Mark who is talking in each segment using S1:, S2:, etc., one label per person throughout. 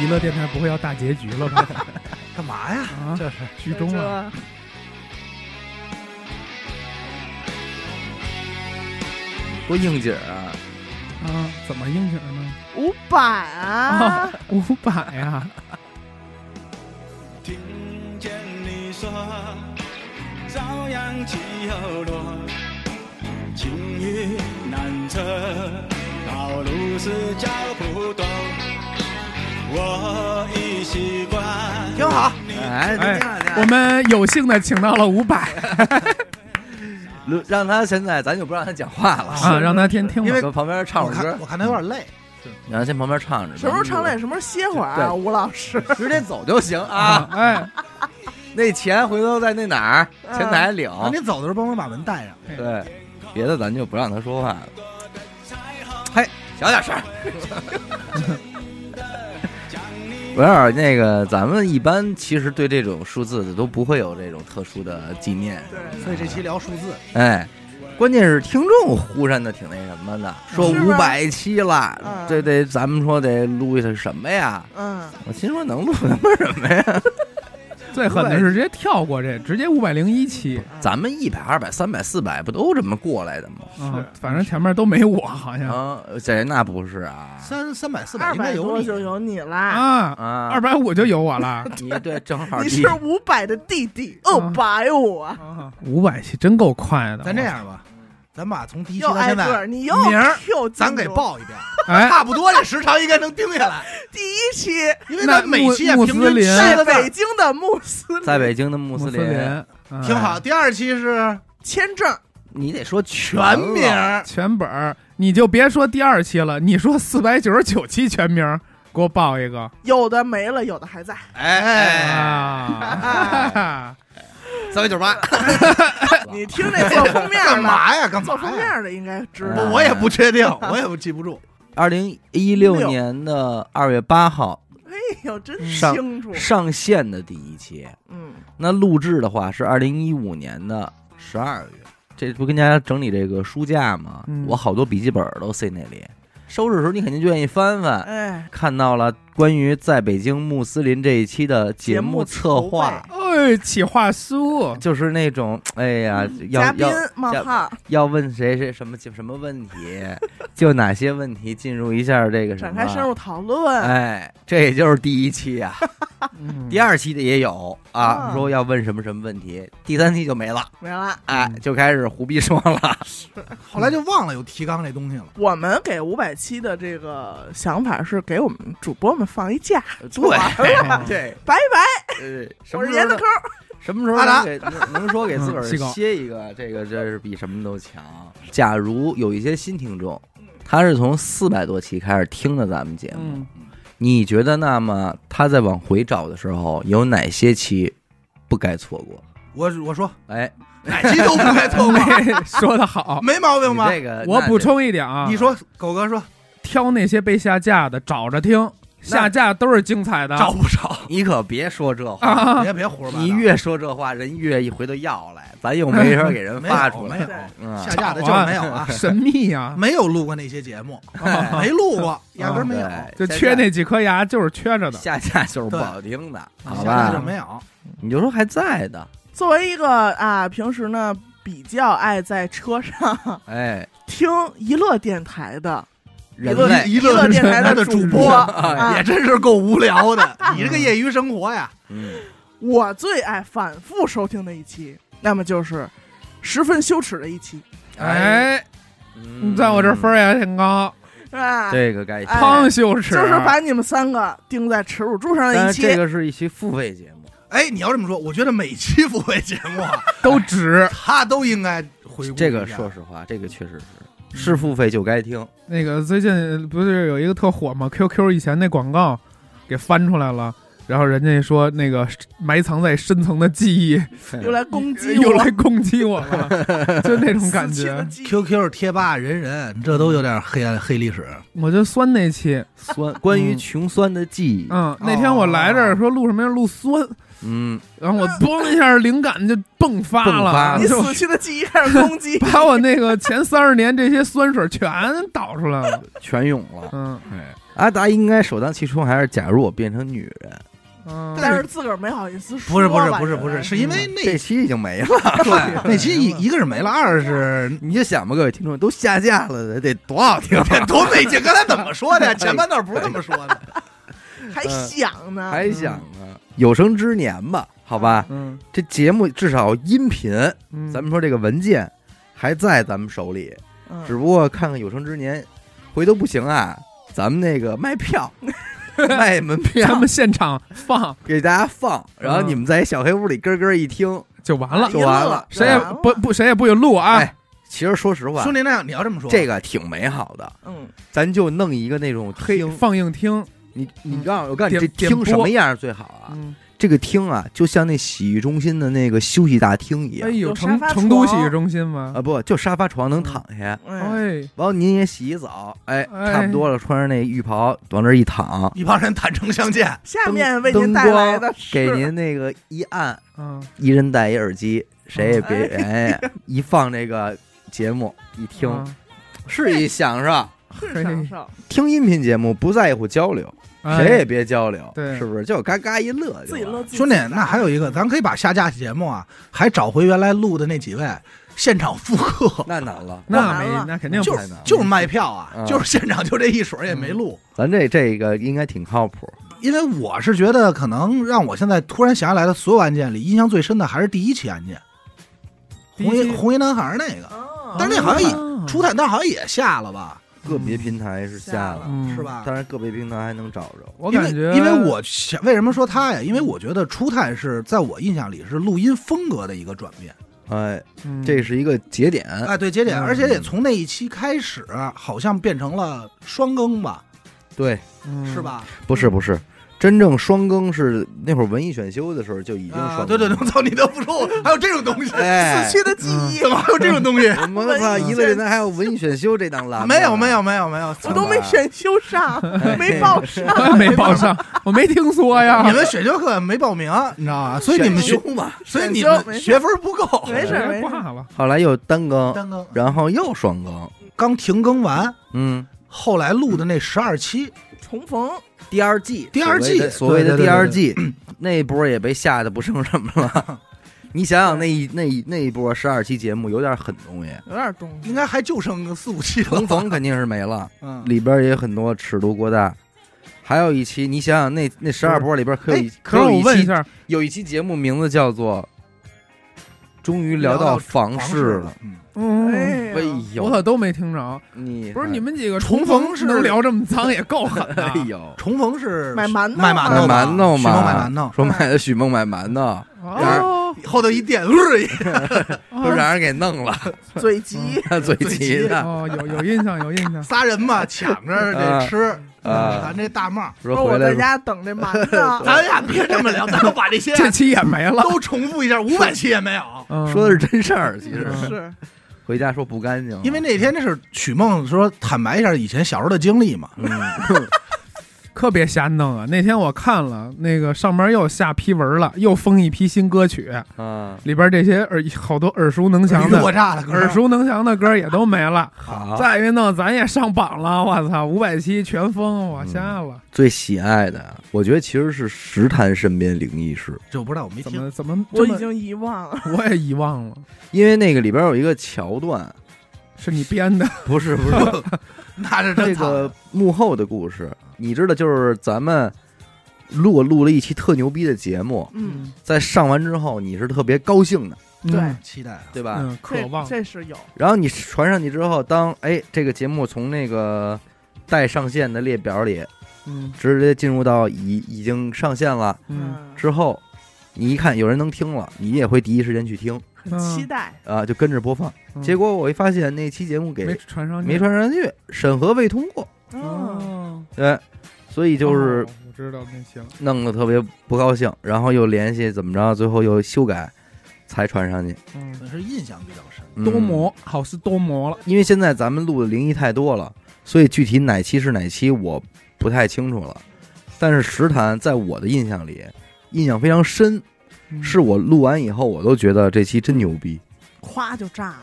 S1: 娱乐电台不会要大结局了吧？
S2: 干嘛呀？
S1: 啊，
S2: 这是
S1: 剧终了。
S3: 这
S2: 多应景啊！
S1: 啊，怎么应景呢？
S3: 五百啊，
S1: 五百啊呀，
S4: 听见你说，朝阳起又落，情意难测，道路是脚不断，我已习惯。
S2: 挺好。
S4: 你
S2: 哎，
S1: 哎
S2: 挺好的
S1: 我们有幸的请到了五百
S2: 录让他现在，咱就不让他讲话了，
S1: 啊，让他先听
S2: 因
S1: 会
S2: 为
S1: 儿。
S2: 旁边唱
S5: 我
S2: 会儿
S5: 看
S2: 歌
S5: 我，看他有点累，
S2: 让他先旁边唱着。
S3: 什么时候常
S2: 累？
S3: 累，什么时候歇会儿啊，
S2: 对
S3: 吴老师？
S2: 直接走就行啊
S1: 啊。，哎，
S2: 那钱回头在那哪儿
S3: 嗯
S2: 前台领。
S5: 那啊你走的时候帮我把门带上。
S2: 对，别的咱就不让他说话了。嘿，小点声儿。不是那个，咱们一般其实对这种数字的都不会有这种特殊的纪念。
S5: 所以这期聊数字，
S2: 哎，关键是听众忽然的挺那什么的，说
S3: 是
S2: 五
S3: 吗
S2: 百期了
S3: 嗯，
S2: 这得咱们说得录一下什么呀？
S3: 嗯，
S2: 我心说能录他妈什么呀？
S5: 嗯
S1: 最狠的是直接跳过这，直接五百零一期。
S2: 咱们一百、二百、三百、四百不都这么过来的吗？
S5: 嗯
S1: 啊，反正前面都没我，好像
S2: 啊，这那不是啊
S5: 三三百四百
S3: 二
S5: 应该
S3: 百
S5: 有
S3: 多
S5: 你。
S3: 就有你啦。
S1: 啊，
S2: 啊，
S1: 二百五就有我了。
S2: 你对正好
S3: 你
S2: 第
S3: 是五百的弟弟，
S5: 啊
S3: 二百啊我
S2: 啊
S1: 五百期真够快的。
S5: 咱这，样吧，咱把从第一期
S3: 又
S5: 到
S3: 挨
S5: 现
S3: 个
S5: 在，
S3: 儿，你又
S5: 名儿
S3: Q 进
S5: 咱给
S3: 度。
S5: 报一遍，
S1: 哎，
S5: 差不多这时长应该能定下来，
S3: 第一期
S5: 因为咱每期也啊
S1: 那穆
S5: 平
S1: 穆斯
S5: 均
S1: 林
S5: 七
S3: 在
S5: 个字
S3: 北
S5: 儿，
S3: 京的穆斯
S2: 在北京的穆
S1: 穆
S2: 斯
S1: 斯
S2: 林，哎
S1: 林
S5: 挺好。，第二期是
S3: 签证，
S2: 你得说
S5: 全
S2: 全了
S5: 名儿
S1: 哎，全本儿你就别说第二期了，你说四百九十九期全名儿，给我报一个
S3: 有的没了，有的还在。
S5: 哎，
S1: 啊！
S5: 三百九十八，
S3: 你听这做封面
S5: 干
S3: 的，
S5: 嘛 呀？干
S3: 做
S5: 嘛
S3: 封
S5: 呀？
S3: 面的应该知道
S2: 嗯。
S5: 我我也不确定，我也不记不住。
S2: 二零一六年的二月八号
S3: 哎呦，真
S2: 上
S3: 清楚。
S2: 上线的第一期，
S3: 嗯，
S2: 那录制的话是二零一五年的十二月。这不跟大家整理这个书架吗？
S1: 嗯
S2: 我好多笔记本儿都塞那里，收拾的时候你肯定就愿意翻翻。
S3: 哎，
S2: 看到了关于在北京穆斯林这一期的节
S3: 目
S2: 目策划，
S1: 哎，企划书，
S2: 就是那种哎呀，要
S3: 嘉宾
S2: 要
S3: 冒
S2: 嘉
S3: 号
S2: 要问谁谁什么什么问题，就哪些问题进入一下这个什
S3: 展
S2: 么啊
S3: 开深入讨论。
S2: 哎，这也就是第一期啊，
S1: 嗯
S2: 第二期的也有啊，
S3: 啊
S2: 说要问什么什么问题，第三期就没了，
S3: 没了，
S2: 哎，
S1: 嗯
S2: 就开始胡逼说了。
S5: 后来就忘了有提纲这东西了。
S3: 我们给五百期的这个想法是给我们主播们放一假，
S5: 哎
S1: 嗯
S2: 对，
S3: 拜拜。
S2: 呃什
S3: 我
S2: 么
S3: 是
S2: 时
S3: 严子
S2: 候能
S3: 抠，
S2: 什么时候
S5: 阿达
S2: 能给能能说给自个
S1: 嗯西
S2: 儿
S1: 狗
S2: 歇一个，这个这是比什么都强。假如有一些新听众，他是从四百多期开始听的咱们节目，
S1: 嗯，
S2: 你觉得那么他在往回找的时候，有哪些期不该错过？
S5: 我我说
S2: 哎，
S5: 哪期都不该错过，
S1: 说的好。
S5: 没毛病
S2: 你
S5: 吧？
S2: 这个
S1: 我补，
S2: 那
S1: 充一点啊，
S5: 你说，狗哥说
S1: 挑那些被下架的，找着听，下架都是精彩的。
S5: 找不着，
S2: 得你可别说这话，
S1: 啊，
S5: 别别胡说八道，
S2: 你越说这话，人越一回头要来，咱又没法给人
S5: 没
S2: 发
S5: 有
S2: 出
S5: 没
S2: 来。
S5: 有
S3: 对
S2: 嗯，
S5: 下架的就是没有啊，
S1: 神秘呀，
S5: 没有录过那些节目，
S2: 哎
S1: 啊
S5: 没录过，压根儿没有，
S2: 对
S1: 就缺那几颗牙，就是缺着的。
S2: 下架下架就是不好听的，好
S5: 下架就是
S2: 吧？
S5: 没有。
S2: 你就说还在的，
S3: 作为一个啊，平时呢比较爱在车上
S2: 哎，
S3: 听娱乐电台的
S2: 人
S3: 娱乐
S2: 类，
S5: 娱乐
S3: 电台
S5: 台
S3: 的
S5: 的主
S3: 播，
S5: 播
S3: 啊
S5: 哎也真是够无聊 的，你这个业余生活呀，
S2: 嗯，
S3: 我最爱反复收听的一期，那么就是十分羞耻的一期，
S1: 哎，
S2: 嗯
S1: 你在我这分儿也挺高，
S3: 是吧？
S2: 这个该
S3: 哎
S1: 胖羞耻，
S3: 就是把你们三个钉在耻辱柱上的
S2: 但
S3: 一期，
S2: 是这个是一期付费节目，
S5: 哎，你要这么说，我觉得每期付费节目 啊，
S1: 都值。
S5: 他都应该回顾
S2: 这
S5: 一
S2: 个
S5: 下
S2: 说实话，这个确实是是付费就该听。
S1: 那个最近不是有一个特火吗？QQ 以前那广告给翻出来了，然后人家说那个埋藏在深层的记忆
S3: 又来攻击我，
S1: 又来攻击我了，就那种感
S3: 死去的
S1: 觉。
S3: 记忆
S5: QQ、贴吧、人人，这都有点黑暗黑历史。
S1: 我就酸那期，
S2: 酸，关于
S1: 嗯
S2: 穷酸的记忆。
S1: 嗯，那天我来这儿说录什么呀？录酸，
S2: 嗯，
S1: 然后我嘣一下灵感就迸发
S2: 迸发
S1: 了，
S2: 了
S3: 你
S1: 就，
S3: 死去的记忆开始攻击
S1: 把我那个前三十年这些酸水全倒出来了。
S2: 全涌了。
S1: 嗯，
S2: 哎，阿达应该首当其冲还是假如我变成女人，
S1: 嗯，
S3: 但是自个儿没好意思说。
S5: 不是不是不是不是，，是因为那
S2: 这期已经没了。
S5: 对嗯那期一一个是没了，二 是
S2: 你就想吧，各位听众都下架了，得多好听啊，
S5: 多没劲。刚才怎么说 的？前半段不是这么说的。
S3: 还想呢，
S2: 还想啊，有生之年吧，好吧，
S1: 嗯，
S2: 这节目至少音频，
S1: 嗯
S2: 咱们说这个文件还在咱们手里，
S3: 嗯
S2: 只不过看看有生之年回头不行啊，咱们那个卖 票，卖门
S1: 咱
S2: 票
S1: 们现场放
S2: 给大家放，然后你们在小黑屋里咯咯一听，
S1: 就完了
S3: 一，
S2: 就
S3: 乐
S2: 完了
S1: 谁也不不谁也不许录啊
S2: 哎，其实说实话
S5: 兄，弟，那你要这么说，
S2: 这个挺美好的，
S3: 嗯，
S2: 咱就弄一个那种听，
S1: 放映厅，
S2: 你
S1: 嗯
S2: 你告诉我，告诉你这
S1: 点点
S2: 听
S1: 播
S2: 什么样最好啊？
S1: 嗯，
S2: 这个厅啊，就像那洗浴中心的那个休息大厅一
S1: 哎
S2: 样。
S1: 呦，
S3: 有沙
S1: 成
S3: 发哦
S1: 成都洗
S3: 床
S1: 浴中心吗？
S5: 呃
S2: 啊，不，就沙发床能躺下，
S3: 哎，
S1: 哎，
S2: 完了您也洗洗澡，哎，
S1: 哎
S2: 差不多了，穿上那浴袍往那儿一躺，
S5: 一帮人坦诚相见，
S3: 下面
S2: 灯
S3: 为您带
S2: 灯光
S3: 来的是
S2: 给您那个一按，
S1: 嗯，
S2: 一人戴一耳机，谁也别哎，一放这个节目一听，
S3: 嗯
S1: 啊
S2: 是一享受。
S3: 是享受，
S2: 听音频节目不在乎交流，
S1: 哎
S2: 谁也别交流，
S1: 对
S2: 是不是？就嘎嘎一乐就完了，
S3: 自己乐自己。
S5: 兄弟，那还有一个，咱可以把下架节目啊，还找回原来录的那几位，现场复刻，
S2: 那难了，
S1: 那
S3: 完
S1: 没
S3: 了
S1: 那肯定不
S5: 就
S2: 太
S5: 是
S2: 难了
S5: 就是卖票啊
S2: 嗯，
S5: 就是现场就这一水儿也没录。
S2: 咱这这个应该挺靠谱。
S5: 因为我是觉得，可能让我现在突然想起来的所有案件里，印象最深的还是第一起案件，
S1: 第
S5: 红
S1: 一期
S5: 衣红衣男孩儿那个
S3: 哦，
S5: 但是那好像
S1: 啊
S5: 初探，但好像也下了吧，
S2: 个
S3: 嗯
S2: 别平台是下了，
S1: 嗯
S5: 是？吧？
S2: 当然个别平台还能找着。
S1: 我
S5: 因
S1: 感
S5: 为
S1: 觉，
S5: 因为我想为什么说他呀？因为我觉得初探是在我印象里是录音风格的一个转变，
S2: 哎，
S1: 嗯
S2: 这是一个节点，
S5: 哎，对节点，
S1: 嗯
S5: 而且也从那一期开始，好像变成了双更吧，
S2: 对，
S1: 嗯
S5: 是吧？
S2: 不是不是，真正双更是那会儿文艺选修的时候就已经
S5: 啊
S2: 双
S5: 对对
S2: 更了。
S5: 对，我操，你都不说 我，还有这种东西，
S2: 哎
S3: 死去的记忆，
S5: 怎么还有这种东 西？
S2: 我们操，
S3: 文艺
S2: 娱乐电台还有文艺选修这档栏目，
S5: 没有没，有没有没有，
S3: 我都没选修上，没报上。
S1: 我也没报上，我没听说呀
S5: 你。们选修课没报名，你知道吗？所以你们学
S2: 啊选，修嘛。
S5: 所以你
S3: 选修没
S5: 们
S3: 事
S5: 学分不够。
S3: 没事
S1: 哎
S3: 没事
S1: 挂了。
S2: 后来又单更，
S5: 单更
S2: 然后又双更，
S5: 刚停更完，
S2: 嗯，
S5: 后来录的那十二期，
S3: 重逢，
S2: 第二季，
S5: 第二季
S2: 嗯所谓
S5: 对对
S2: 的
S5: 对嗯
S2: 第二季，那波也被吓得不剩什么 了。你想想那一那一那一波十二期节目有点狠东 西，
S3: 有点东西
S5: 应。该还就剩个四五期了
S2: 重。逢肯定是没了，
S5: 嗯，
S2: 里边也很多尺度过大。还有一期，你想想那那十二波里边可有一
S1: 可
S2: 可
S1: 是
S2: 有
S1: 我问
S2: 期
S1: 一下，
S2: 有一期节目名字叫做《终于聊到房事了》。
S5: 嗯，
S1: 嗯，
S3: 哎
S2: 哎
S3: 呀，
S1: 我
S2: 呦，
S1: 可都没听着。
S2: 你
S1: 不是你们几个
S5: 重
S1: 逢
S5: 逢是
S1: 能聊这么脏也够狠的啊
S2: 哎呦，哎
S5: 重逢是
S3: 买馒头
S5: 卖
S3: 吗
S5: 馒
S2: 买
S5: 头啊吧，
S2: 馒头
S5: 许
S2: 嘛，
S5: 梦买馒头，
S2: 说买的许梦买馒头，
S1: 哦，
S5: 后头一电， 呃一
S2: 都让人给弄了，
S3: 嘴急，
S2: 嘴
S5: 嘴
S2: 急
S5: 急
S2: 的
S1: 哦，有有印象，有印 象。
S5: 仨人嘛抢着得吃，嗯
S2: 啊
S5: 咱这大帽，
S2: 说
S3: 说
S2: 回
S3: 我
S2: 来
S3: 在
S2: 说
S3: 家等这馒头， 啊
S5: 咱俩别这么聊，咱们把 这些
S1: 这期也没了。
S5: 啊都重复一下，五百期也没有。
S1: 嗯
S2: 说的是真事儿，其实
S1: 嗯
S3: 是
S2: 回家说不干净，
S5: 因为那天那是许梦说坦白一下以前小时候的经历嘛，
S2: 嗯
S1: 可别瞎弄啊！那天我看了那个上面又下批文了，又封一批新歌曲，
S2: 啊
S1: 里边这些耳好多耳熟能详
S5: 你
S1: 的
S5: 我炸了，哥
S1: 耳熟能详的歌也都没了。
S2: 哎 好，
S1: 再一弄，咱也上榜了，我操，五百期全封，我
S2: 嗯
S1: 瞎了，
S2: 最喜爱的，我觉得其实是石潭身边灵异事，
S5: 这我不知道，我没
S1: 怎
S5: 听。
S1: 么怎么
S3: 我
S1: 这
S3: 已
S1: 么
S3: 经遗忘了。
S1: 我也遗忘了，
S2: 因为那个里边有一个桥 段，
S1: 是你编的，
S2: 不是不是，
S5: 那是
S2: 这
S5: 真惨
S2: 个幕后的故事，你知道，就是咱们录我录了一期特牛逼的节目，
S3: 嗯，
S2: 在上完之后你是特别高兴的，
S3: 对
S1: 嗯
S5: 期待啊
S2: 对吧？
S1: 嗯，渴
S3: 这
S1: 望，
S3: 这是有，
S2: 然后你传上去之后，当哎这个节目从那个待上线的列表里
S1: 嗯
S2: 直接进入到已已经上线了
S1: 嗯，
S2: 之后，你一看有人能听了，你也会第一时间去听
S3: 很期待。
S2: 啊、就跟着播放。
S1: 嗯
S2: 结果我一发现那期节目给
S1: 没传上去，
S2: 没传上去，审核未通过，
S3: 嗯，
S1: 哦，
S2: 对，所以就是
S1: 哦我知道那行，
S2: 弄得特别不高兴，然后又联系怎么着，最后又修改，才传上去。
S1: 嗯，
S5: 是印象比较深。
S2: 嗯
S1: 多磨，好是多磨了，
S2: 因为现在咱们录的灵异太多了，所以具体哪期是哪期我不太清楚了。但是石潭在我的印象里，印象非常深，
S1: 嗯
S2: 是我录完以后我都觉得这期真牛逼，
S3: 夸就炸了，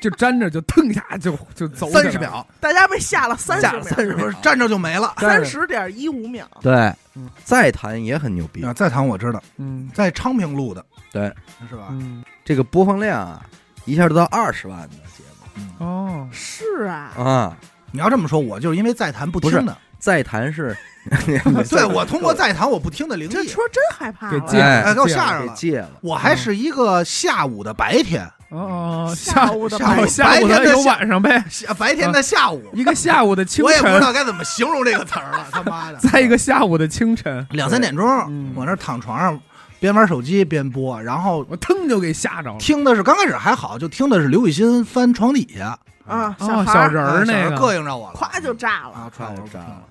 S1: 就粘着就腾一下就就走起来
S5: 三十，秒，
S3: 大家被吓了三
S5: 下
S3: 十秒，
S5: 三十秒，站着就没了。
S3: 三十点一五秒，
S2: 对
S1: 嗯，
S2: 再弹也很牛逼
S5: 啊，。在堂我知道，
S1: 嗯
S5: 在昌平录的，
S2: 哎对，
S5: 是吧？
S1: 嗯
S2: 这个播放量啊，一下就到二十万的节目
S1: 哦，
S3: 是啊，
S2: 啊！
S5: 嗯你要这么说，我就是因为在谈不听的，
S2: 再弹是，
S5: 对我通过在谈我不听的灵
S3: 这
S5: 异，
S3: 车真害怕
S1: 给
S3: 了，
S1: 戒
S2: 哎
S1: 了，
S5: 哎给我
S1: 戒了
S5: 吓着
S2: 给
S5: 了
S2: 戒了。
S5: 我还是一个下午的白天，
S1: 哦哦，
S3: 下午的
S1: 下
S3: 白
S1: 午下午
S5: 白天
S1: 的
S5: 的
S1: 有
S5: 下
S1: 晚上呗，
S5: 下白天的下午，
S1: 啊一个下午的清
S5: 我也不知
S1: 晨，
S5: 道该怎么形容这个词儿了，他妈的！
S1: 再一个下午的清晨，
S5: 两三点钟，
S1: 嗯
S5: 我那躺床上边玩手机边播，然后
S1: 我腾就给吓着了。
S5: 听的是刚开始还好，就听的是刘雨欣翻床底下，
S3: 啊，
S1: 哦，
S3: 孩
S1: 小
S3: 儿
S1: 人儿那
S5: 小
S1: 个，
S5: 膈应着我了，
S3: 咵就炸了，
S5: 啊，踹我
S2: 太炸了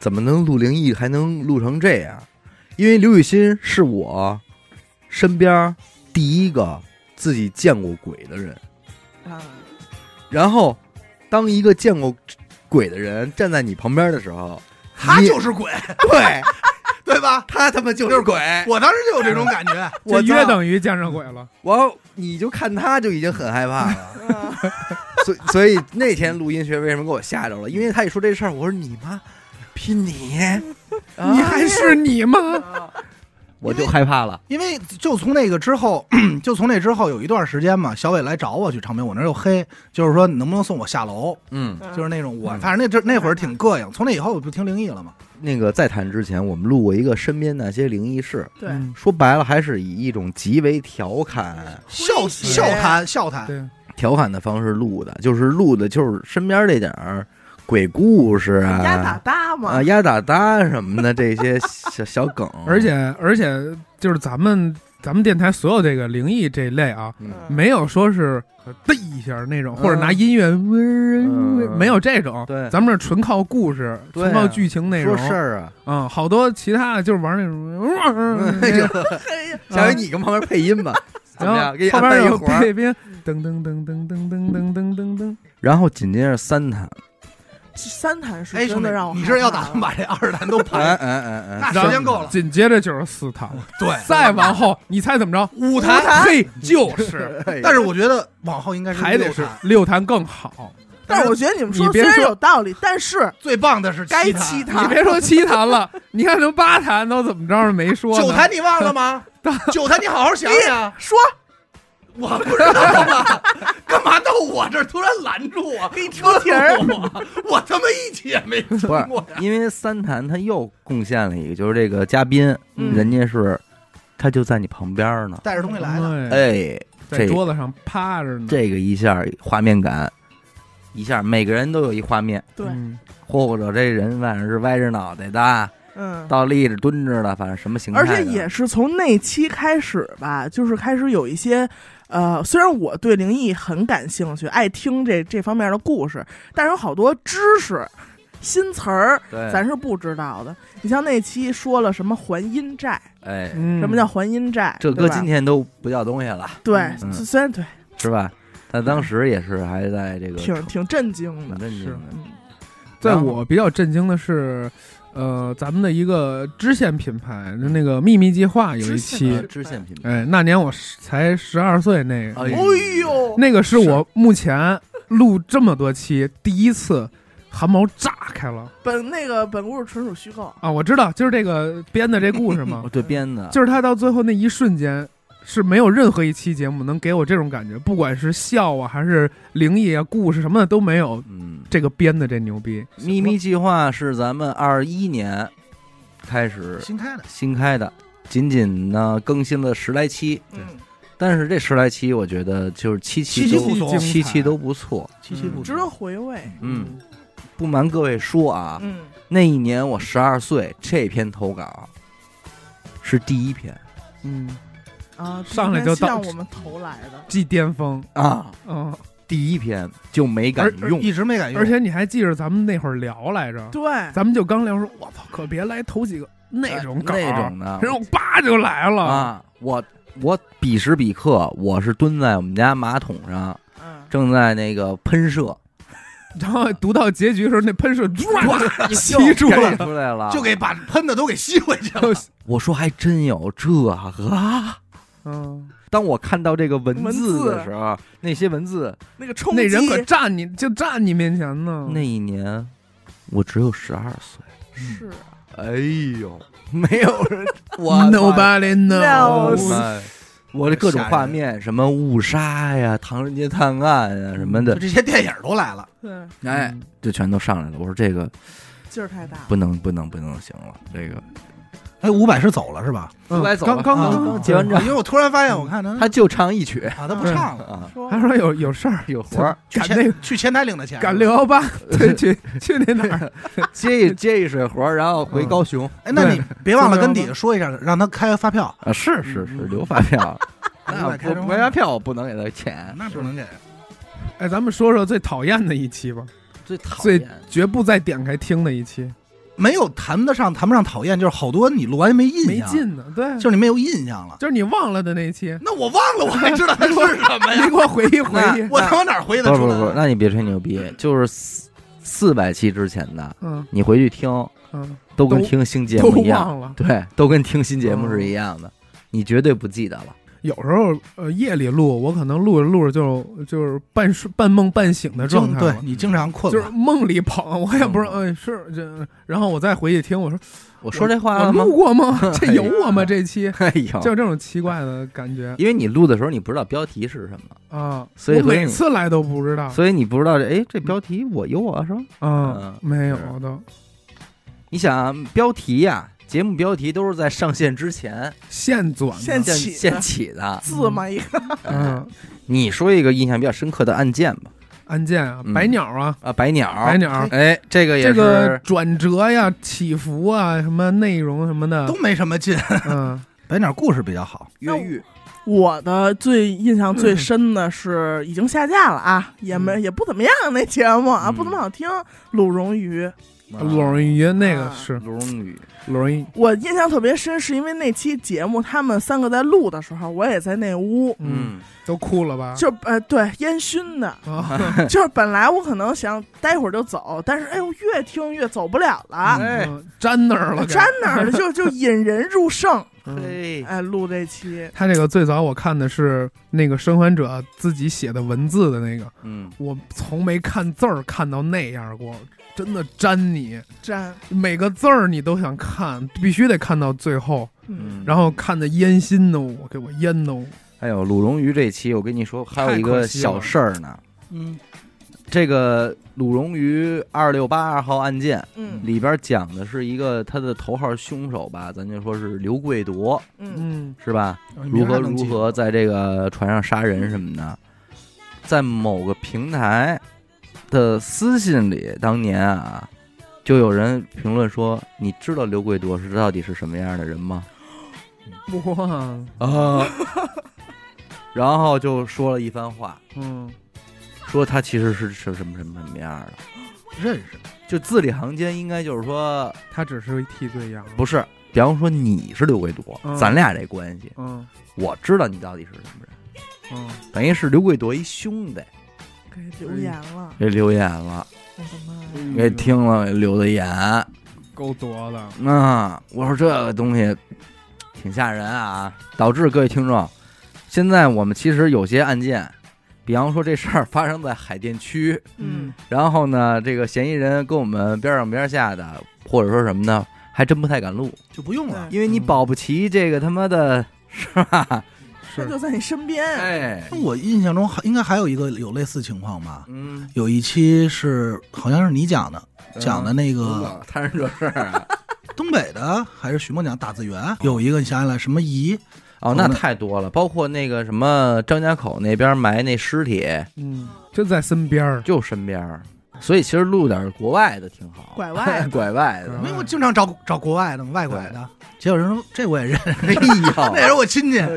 S2: 怎么能录灵异还能录成这样？因为刘雨欣是我身边第一个自己见过鬼的人。
S3: 啊，
S2: 然后，当一个见过鬼的人站在你旁边的时候，
S5: 他
S2: 你
S5: 就是鬼，
S2: 对
S5: 对 吧？
S2: 他他妈就是鬼，
S5: 我当时就有这种感觉，
S1: 这
S2: 我
S1: 约
S2: 操
S1: 等于见着鬼了。
S2: 我你就看他就已经很害怕了。
S3: 嗯
S2: 所以所以那天录音学为什么给我吓着了？因为他一说这事儿，我说你妈拼你，
S3: 啊
S1: 你还是你吗？
S2: 我就害怕了。
S5: 因为就从那个之后， 就从那之后有一段时间嘛，小伟来找我去唱片，我那儿又黑，就是说你能不能送我下楼，
S2: 嗯，
S5: 就是那种我
S2: 嗯
S5: 反正那阵那会儿挺膈应，从那以后我不听灵异了嘛，
S2: 那个在谈之前，我们录过一个身边那些灵异事，
S3: 对，
S1: 嗯
S2: 说白了还是以一种极为调侃、
S5: 笑
S3: 诙谐
S5: 笑谈笑谈，
S1: 对，
S2: 调侃的方式录的，就是录的就是身边这点儿鬼故事
S3: 压打
S2: 啊。
S3: 搭嘛
S2: 啊，，鸭打搭什么的这些小 小梗，
S1: 而且而且就是咱们咱们电台所有这个灵异这一类啊，
S2: 嗯
S3: 嗯
S1: 没有说是呃嘚一下那种，或者
S2: 嗯
S1: 拿音乐
S2: 嗯
S1: 没有这种。
S2: 对
S1: 咱们这纯靠故事，
S2: 对啊
S1: 纯靠剧情内容
S2: 说。事儿啊，
S1: 嗯，好多其他的就是玩那种，
S2: 哎呦，
S3: 嘿呀啊
S2: 下回你跟旁边配音吧，怎么
S1: 嗯 然
S2: 样？给
S1: 后后
S2: 你安排
S1: 边
S2: 一
S1: 有
S2: 活儿。
S1: 配边噔噔噔噔噔噔噔噔噔噔，
S2: 然后紧接着三弹，
S3: 三坛
S5: 哎，
S3: 是
S5: 兄
S3: 真
S5: 弟
S3: 的让我，
S5: 你是要打算
S3: 算？
S5: 把这二弹都
S2: 哎
S5: 盘？
S2: 哎哎
S5: 那
S2: 哎，
S5: 时间够了，
S1: 紧接着就是四趟，
S5: 对，
S1: 再往后你猜怎么着？
S5: 五弹，
S1: 嘿，就是，
S2: 哎
S5: 但是我觉得往后应该是
S1: 还得
S5: 六
S1: 是
S5: 弹
S1: 六坛更好。
S3: 但是我觉得你们说
S1: 你
S3: 虽
S1: 别
S3: 然
S1: 说
S3: 有道理，但是
S5: 最棒的是
S3: 该
S5: 七
S3: 七
S5: 弹。
S1: 你
S3: 坛
S1: 别说七坛了，你看什么八坛都怎么着没说呢？
S5: 九坛你忘了吗？九坛你好好想想，
S3: 说
S5: 我不知道吗？干嘛到我这儿突然拦住我？给你
S3: 出题儿
S5: 我我他妈一起也没听
S2: 不是
S5: 过呀。
S2: 因为三弹他又贡献了一个，就是这个嘉宾，
S3: 嗯
S2: 人家是他就在你旁边呢，
S5: 带着东西来的，
S1: 哎，
S2: 哎，
S1: 在
S2: 这
S1: 桌子上趴着呢。
S2: 这个一下画面感，一下每个人都有一画面。
S3: 对，
S1: 嗯
S2: 霍霍着这人反正是歪着脑袋的，
S3: 嗯，
S2: 倒立着、蹲着的，反正什么形态
S3: 而
S2: 的，
S3: 且也是从那期开始吧，就是开始有一些，呃，虽然我对灵异很感兴趣，爱听这这方面的故事，但是有好多知识、新词儿
S2: 对，
S3: 咱是不知道的。你像那期说了什么还阴债，
S2: 哎，
S1: 嗯，
S3: 什么叫还阴债？
S2: 这
S3: 对
S2: 哥
S3: 吧
S2: 今天都不叫东西了，
S3: 对，
S2: 嗯
S3: 虽然对
S2: 是吧？但当时也是还在这个
S3: 挺挺震惊
S2: 挺
S3: 的，
S2: 震惊的，
S3: 嗯
S1: 在我比较震惊的是，呃，咱们的一个支线品牌，那个秘密计划有一
S2: 呃
S1: 期，
S2: 支线品牌。
S1: 哎，那年我十才十二岁，那个、
S2: 哎
S3: 哎呦，
S1: 那个是我目前录这么多期第一次汗毛炸开了
S3: 本那个本故事纯属虚构，
S1: 啊！我知道，就是这个编的这故事嘛
S3: 哎
S2: 哦，，对编的，
S1: 就是他到最后那一瞬间。是没有任何一期节目能给我这种感觉，不管是笑啊，还是灵异啊、故事什么的都没有，
S2: 嗯，
S1: 这个编的这牛逼，
S2: 秘密计划是咱们二一年开始
S5: 新开的，
S2: 新开的，仅仅呢更新了十来期，
S3: 嗯，
S2: 但是这十来期我觉得就是七期
S5: 七
S2: 都
S5: 期不错
S1: 精彩
S2: 七期都不错，
S5: 七七不
S3: 值得回味，
S2: 嗯，不瞒各位说啊，
S3: 嗯，
S2: 那一年我十二岁，这篇投稿啊是第一篇
S1: 嗯，
S3: 啊，
S1: 上来就到
S3: 向我们投来的，
S1: 既巅峰，
S2: 啊，
S1: 嗯，
S2: 第一篇就没敢用，
S5: 一直没敢用，
S1: 而且你还记着咱们那会儿聊来着，
S3: 对，
S1: 咱们就刚聊说，我操，可别来投几个那种稿，
S2: 哎
S1: 啊
S2: 那种的
S1: 然后叭就来了，
S2: 啊，我我彼时彼刻我是蹲在我们家马桶上，
S3: 嗯，
S2: 正在那个喷射，
S1: 然后读到结局的时候，那喷 射唰
S2: 又
S1: 吸住
S2: 感染
S1: 了，
S2: 出来 了，
S5: 就给把喷的都给吸回去了。
S1: 就
S2: 我说还真有这个啊，
S1: 嗯，
S2: 当我看到这个文
S3: 文
S2: 字的
S3: 字
S2: 时候，那些文字，
S3: 那个冲击，
S1: 那人可站你就站你面前呢。
S2: 那一年我只有十二岁。
S3: 是
S2: 哎呦，没有人，我
S1: Nobody knows，嗯
S3: knows
S2: 哎我这各种
S5: 吓人
S2: 画面，什么误杀呀、唐人街探案呀什么
S5: 就
S2: 的，
S5: 这些电影都来了，
S3: 对，
S2: 哎，就全都上来了。我说这个
S3: 劲儿太大了。
S2: 不能不能不能行了，这个
S5: 哎，伍佰是走了是吧？
S1: 嗯
S2: 歪走了
S5: 刚刚
S2: 啊
S5: 刚
S1: 刚
S2: 结完账
S5: 因，为我突然发现，我看他
S2: 他就唱一曲
S5: 啊，他不唱了，
S2: 啊，
S3: 说
S1: 他说有有事儿，
S2: 有活 儿，
S5: 去
S1: 赶那
S5: 前
S1: 个
S5: 去前台领的钱，
S1: 赶六 幺八，对，去去那哪儿？
S2: 接一接一水活儿，然后回高雄
S5: 哎，那你别忘了跟
S1: 对
S5: 底下说一下，让他开发票，
S2: 啊，是是是，留发票，
S5: 嗯
S2: 那
S5: 开张
S2: 不没发票我不能给他钱，
S5: 那不能给。
S1: 哎，咱们说说最讨厌的一期吧，
S2: 最讨
S1: 最
S2: 厌。
S1: 绝不再点开听的一期，
S2: 哎
S5: 没有谈得上谈不上讨厌，就是好多你录完没印
S1: 没
S5: 象，
S1: 劲呢。对，
S5: 就是你没有印象了。
S1: 就是你忘了的那一 期，
S5: 那我忘了，我还知道他是什么
S1: 你
S5: 呀？
S1: 给我回忆回忆。
S5: 我他妈哪儿回
S2: 不
S5: 得
S2: 是
S5: 出
S2: 不
S5: 来
S2: 是不是，
S5: 啊？
S2: 那你别吹牛逼，就是四四百期之前的，
S1: 嗯
S2: 你回去听，
S1: 嗯，
S2: 都跟
S1: 都
S2: 听新节
S1: 都
S2: 目一样，
S1: 忘了。哦
S2: 对，都跟听新节目是一样的，你绝对不记得了。
S1: 有时候呃夜里录，我可能录着录着就就是半睡半梦半醒的状
S5: 经
S1: 态
S5: 对
S1: 了。
S5: 你经常 困
S1: 就是
S5: 了，
S1: 梦里捧，我也不知道，
S2: 嗯
S1: 哎，是这，然后我再回去听，我说
S2: 我说这话
S1: 我
S2: 了吗？
S1: 录过吗？ 这有我
S2: 哎
S1: 吗？
S2: 呀
S1: 这期
S2: 哎呦，
S1: 就有这种奇怪的感觉
S2: 因为你录的时候你不知道标题是什么，
S1: 啊，
S2: 所以
S1: 我
S2: 和
S1: 每
S2: 你
S1: 次来都不知道
S2: 所以你不知道这哎这标题我有我是吧？
S1: 啊
S2: 嗯，
S1: 没有的，
S2: 你想啊标题呀、节目标题都是在上线之前
S1: 现转的
S3: 现
S2: 现
S3: 起的
S2: 现起的。
S3: 字嘛，一个
S1: 嗯，
S2: 你说一个印象比较深刻的案件吧？
S1: 案件啊，
S2: 嗯
S1: 白鸟啊，
S2: 啊，白鸟，
S1: 白，鸟，
S2: 哎，这个也
S1: 这
S2: 是
S1: 个转折呀、起伏啊、什么内容什么的
S5: 都，没什么劲。
S1: 嗯，
S5: 摆点故事比较好。
S2: 越狱，
S3: 我的最印象最深的是已经下架了啊，也没也不怎么样那节目啊，
S2: 嗯
S3: 不怎么好听。鲁荣鱼，
S1: 鲁荣鱼那个是
S2: 鲁荣宇，
S1: 鲁荣鱼，
S3: 我印象特别深，是因为那期节目他们三个在录的时候，我也在那屋，
S1: 嗯，，都哭了吧？
S3: 就呃对烟熏的，
S1: 啊，
S3: 就是本来我可能想待会儿就走，但是哎呦越听越走不了了，
S2: 哎
S1: 嗯，粘那儿了，
S3: 粘哪儿了就就引人入胜。
S1: 嗯
S2: 嘿，
S3: 哎，录这期
S1: 他这个最早我看的是那个生还者自己写的文字的那个，
S2: 嗯，
S1: 我从没看字儿看到那样过，真的粘你，
S3: 粘，
S1: 每个字儿你都想看，必须得看到最后，
S3: 嗯，
S1: 然后看的烟心的我，给我淹的我，
S2: 还有鲁荣鱼这期，我跟你说，还有一
S1: 太
S2: 个
S1: 可惜了
S2: 小事儿呢。
S5: 嗯，
S2: 这个鲁荣鱼二六八二号案件
S3: 嗯
S2: 里边讲的是一个他的头号凶手吧，咱就说是刘贵夺，
S3: 嗯
S1: 嗯
S2: 是吧？如
S5: 明
S2: 何
S5: 儿能
S2: 如
S5: 记
S2: 何在这个船上杀人什么的，在某个平台的私信里，当年啊，就有人评论说：“你知道刘贵夺是到底是什么样的人吗
S1: 哇，？”
S2: 啊， 然后就说了一番话，
S1: 嗯，
S2: 说他其实是是什么什么什么样的，
S5: 认识？
S2: 就字里行间应该就是说，
S1: 他只是一替罪羊，
S2: 不是，比方说你是刘贵夺，
S1: 嗯
S2: 咱俩这关系，
S1: 嗯
S2: 我知道你到底是什么人，
S1: 嗯，
S2: 等于是刘贵夺一兄弟，
S3: 给留言了，
S2: 给留言了，
S3: 我的妈呀！
S2: 给听了留的言，
S1: 够多的，
S2: 嗯，我说这个东西挺吓人啊，导致各位听众，现在我们其实有些案件，比方说这事儿发生在海淀区，
S3: 嗯，
S2: 然后呢，这个嫌疑人跟我们边上边下的，或者说什么呢，还真不太敢录，
S5: 就不用了。
S2: 因为你
S1: 嗯
S2: 保不齐这个他妈的是吧？
S3: 那
S1: 是
S3: 就在你身
S5: 嗯
S3: 边，
S2: 哎，
S5: 我印象中还应该还有一个有类似情况吧？
S2: 嗯，
S5: 有一期是好像是你讲的，
S1: 嗯
S5: 讲
S2: 嗯
S5: 的那个
S2: 摊上这事儿 啊，
S5: 东北的还是徐梦讲打字员，有一个你想起来什么姨，
S2: 哦，那太多了，包括那个什么张家口那边埋那尸体
S1: 嗯，就在身边儿，
S2: 就身边儿，所以其实录点国外的挺好，
S3: 拐外的
S2: 拐外的，
S5: 因为我经常找找国外的嘛，外国的。结果人说这我也认识，那也
S2: 哎
S5: 是
S2: 呦，
S5: 我亲戚，呃
S2: 哎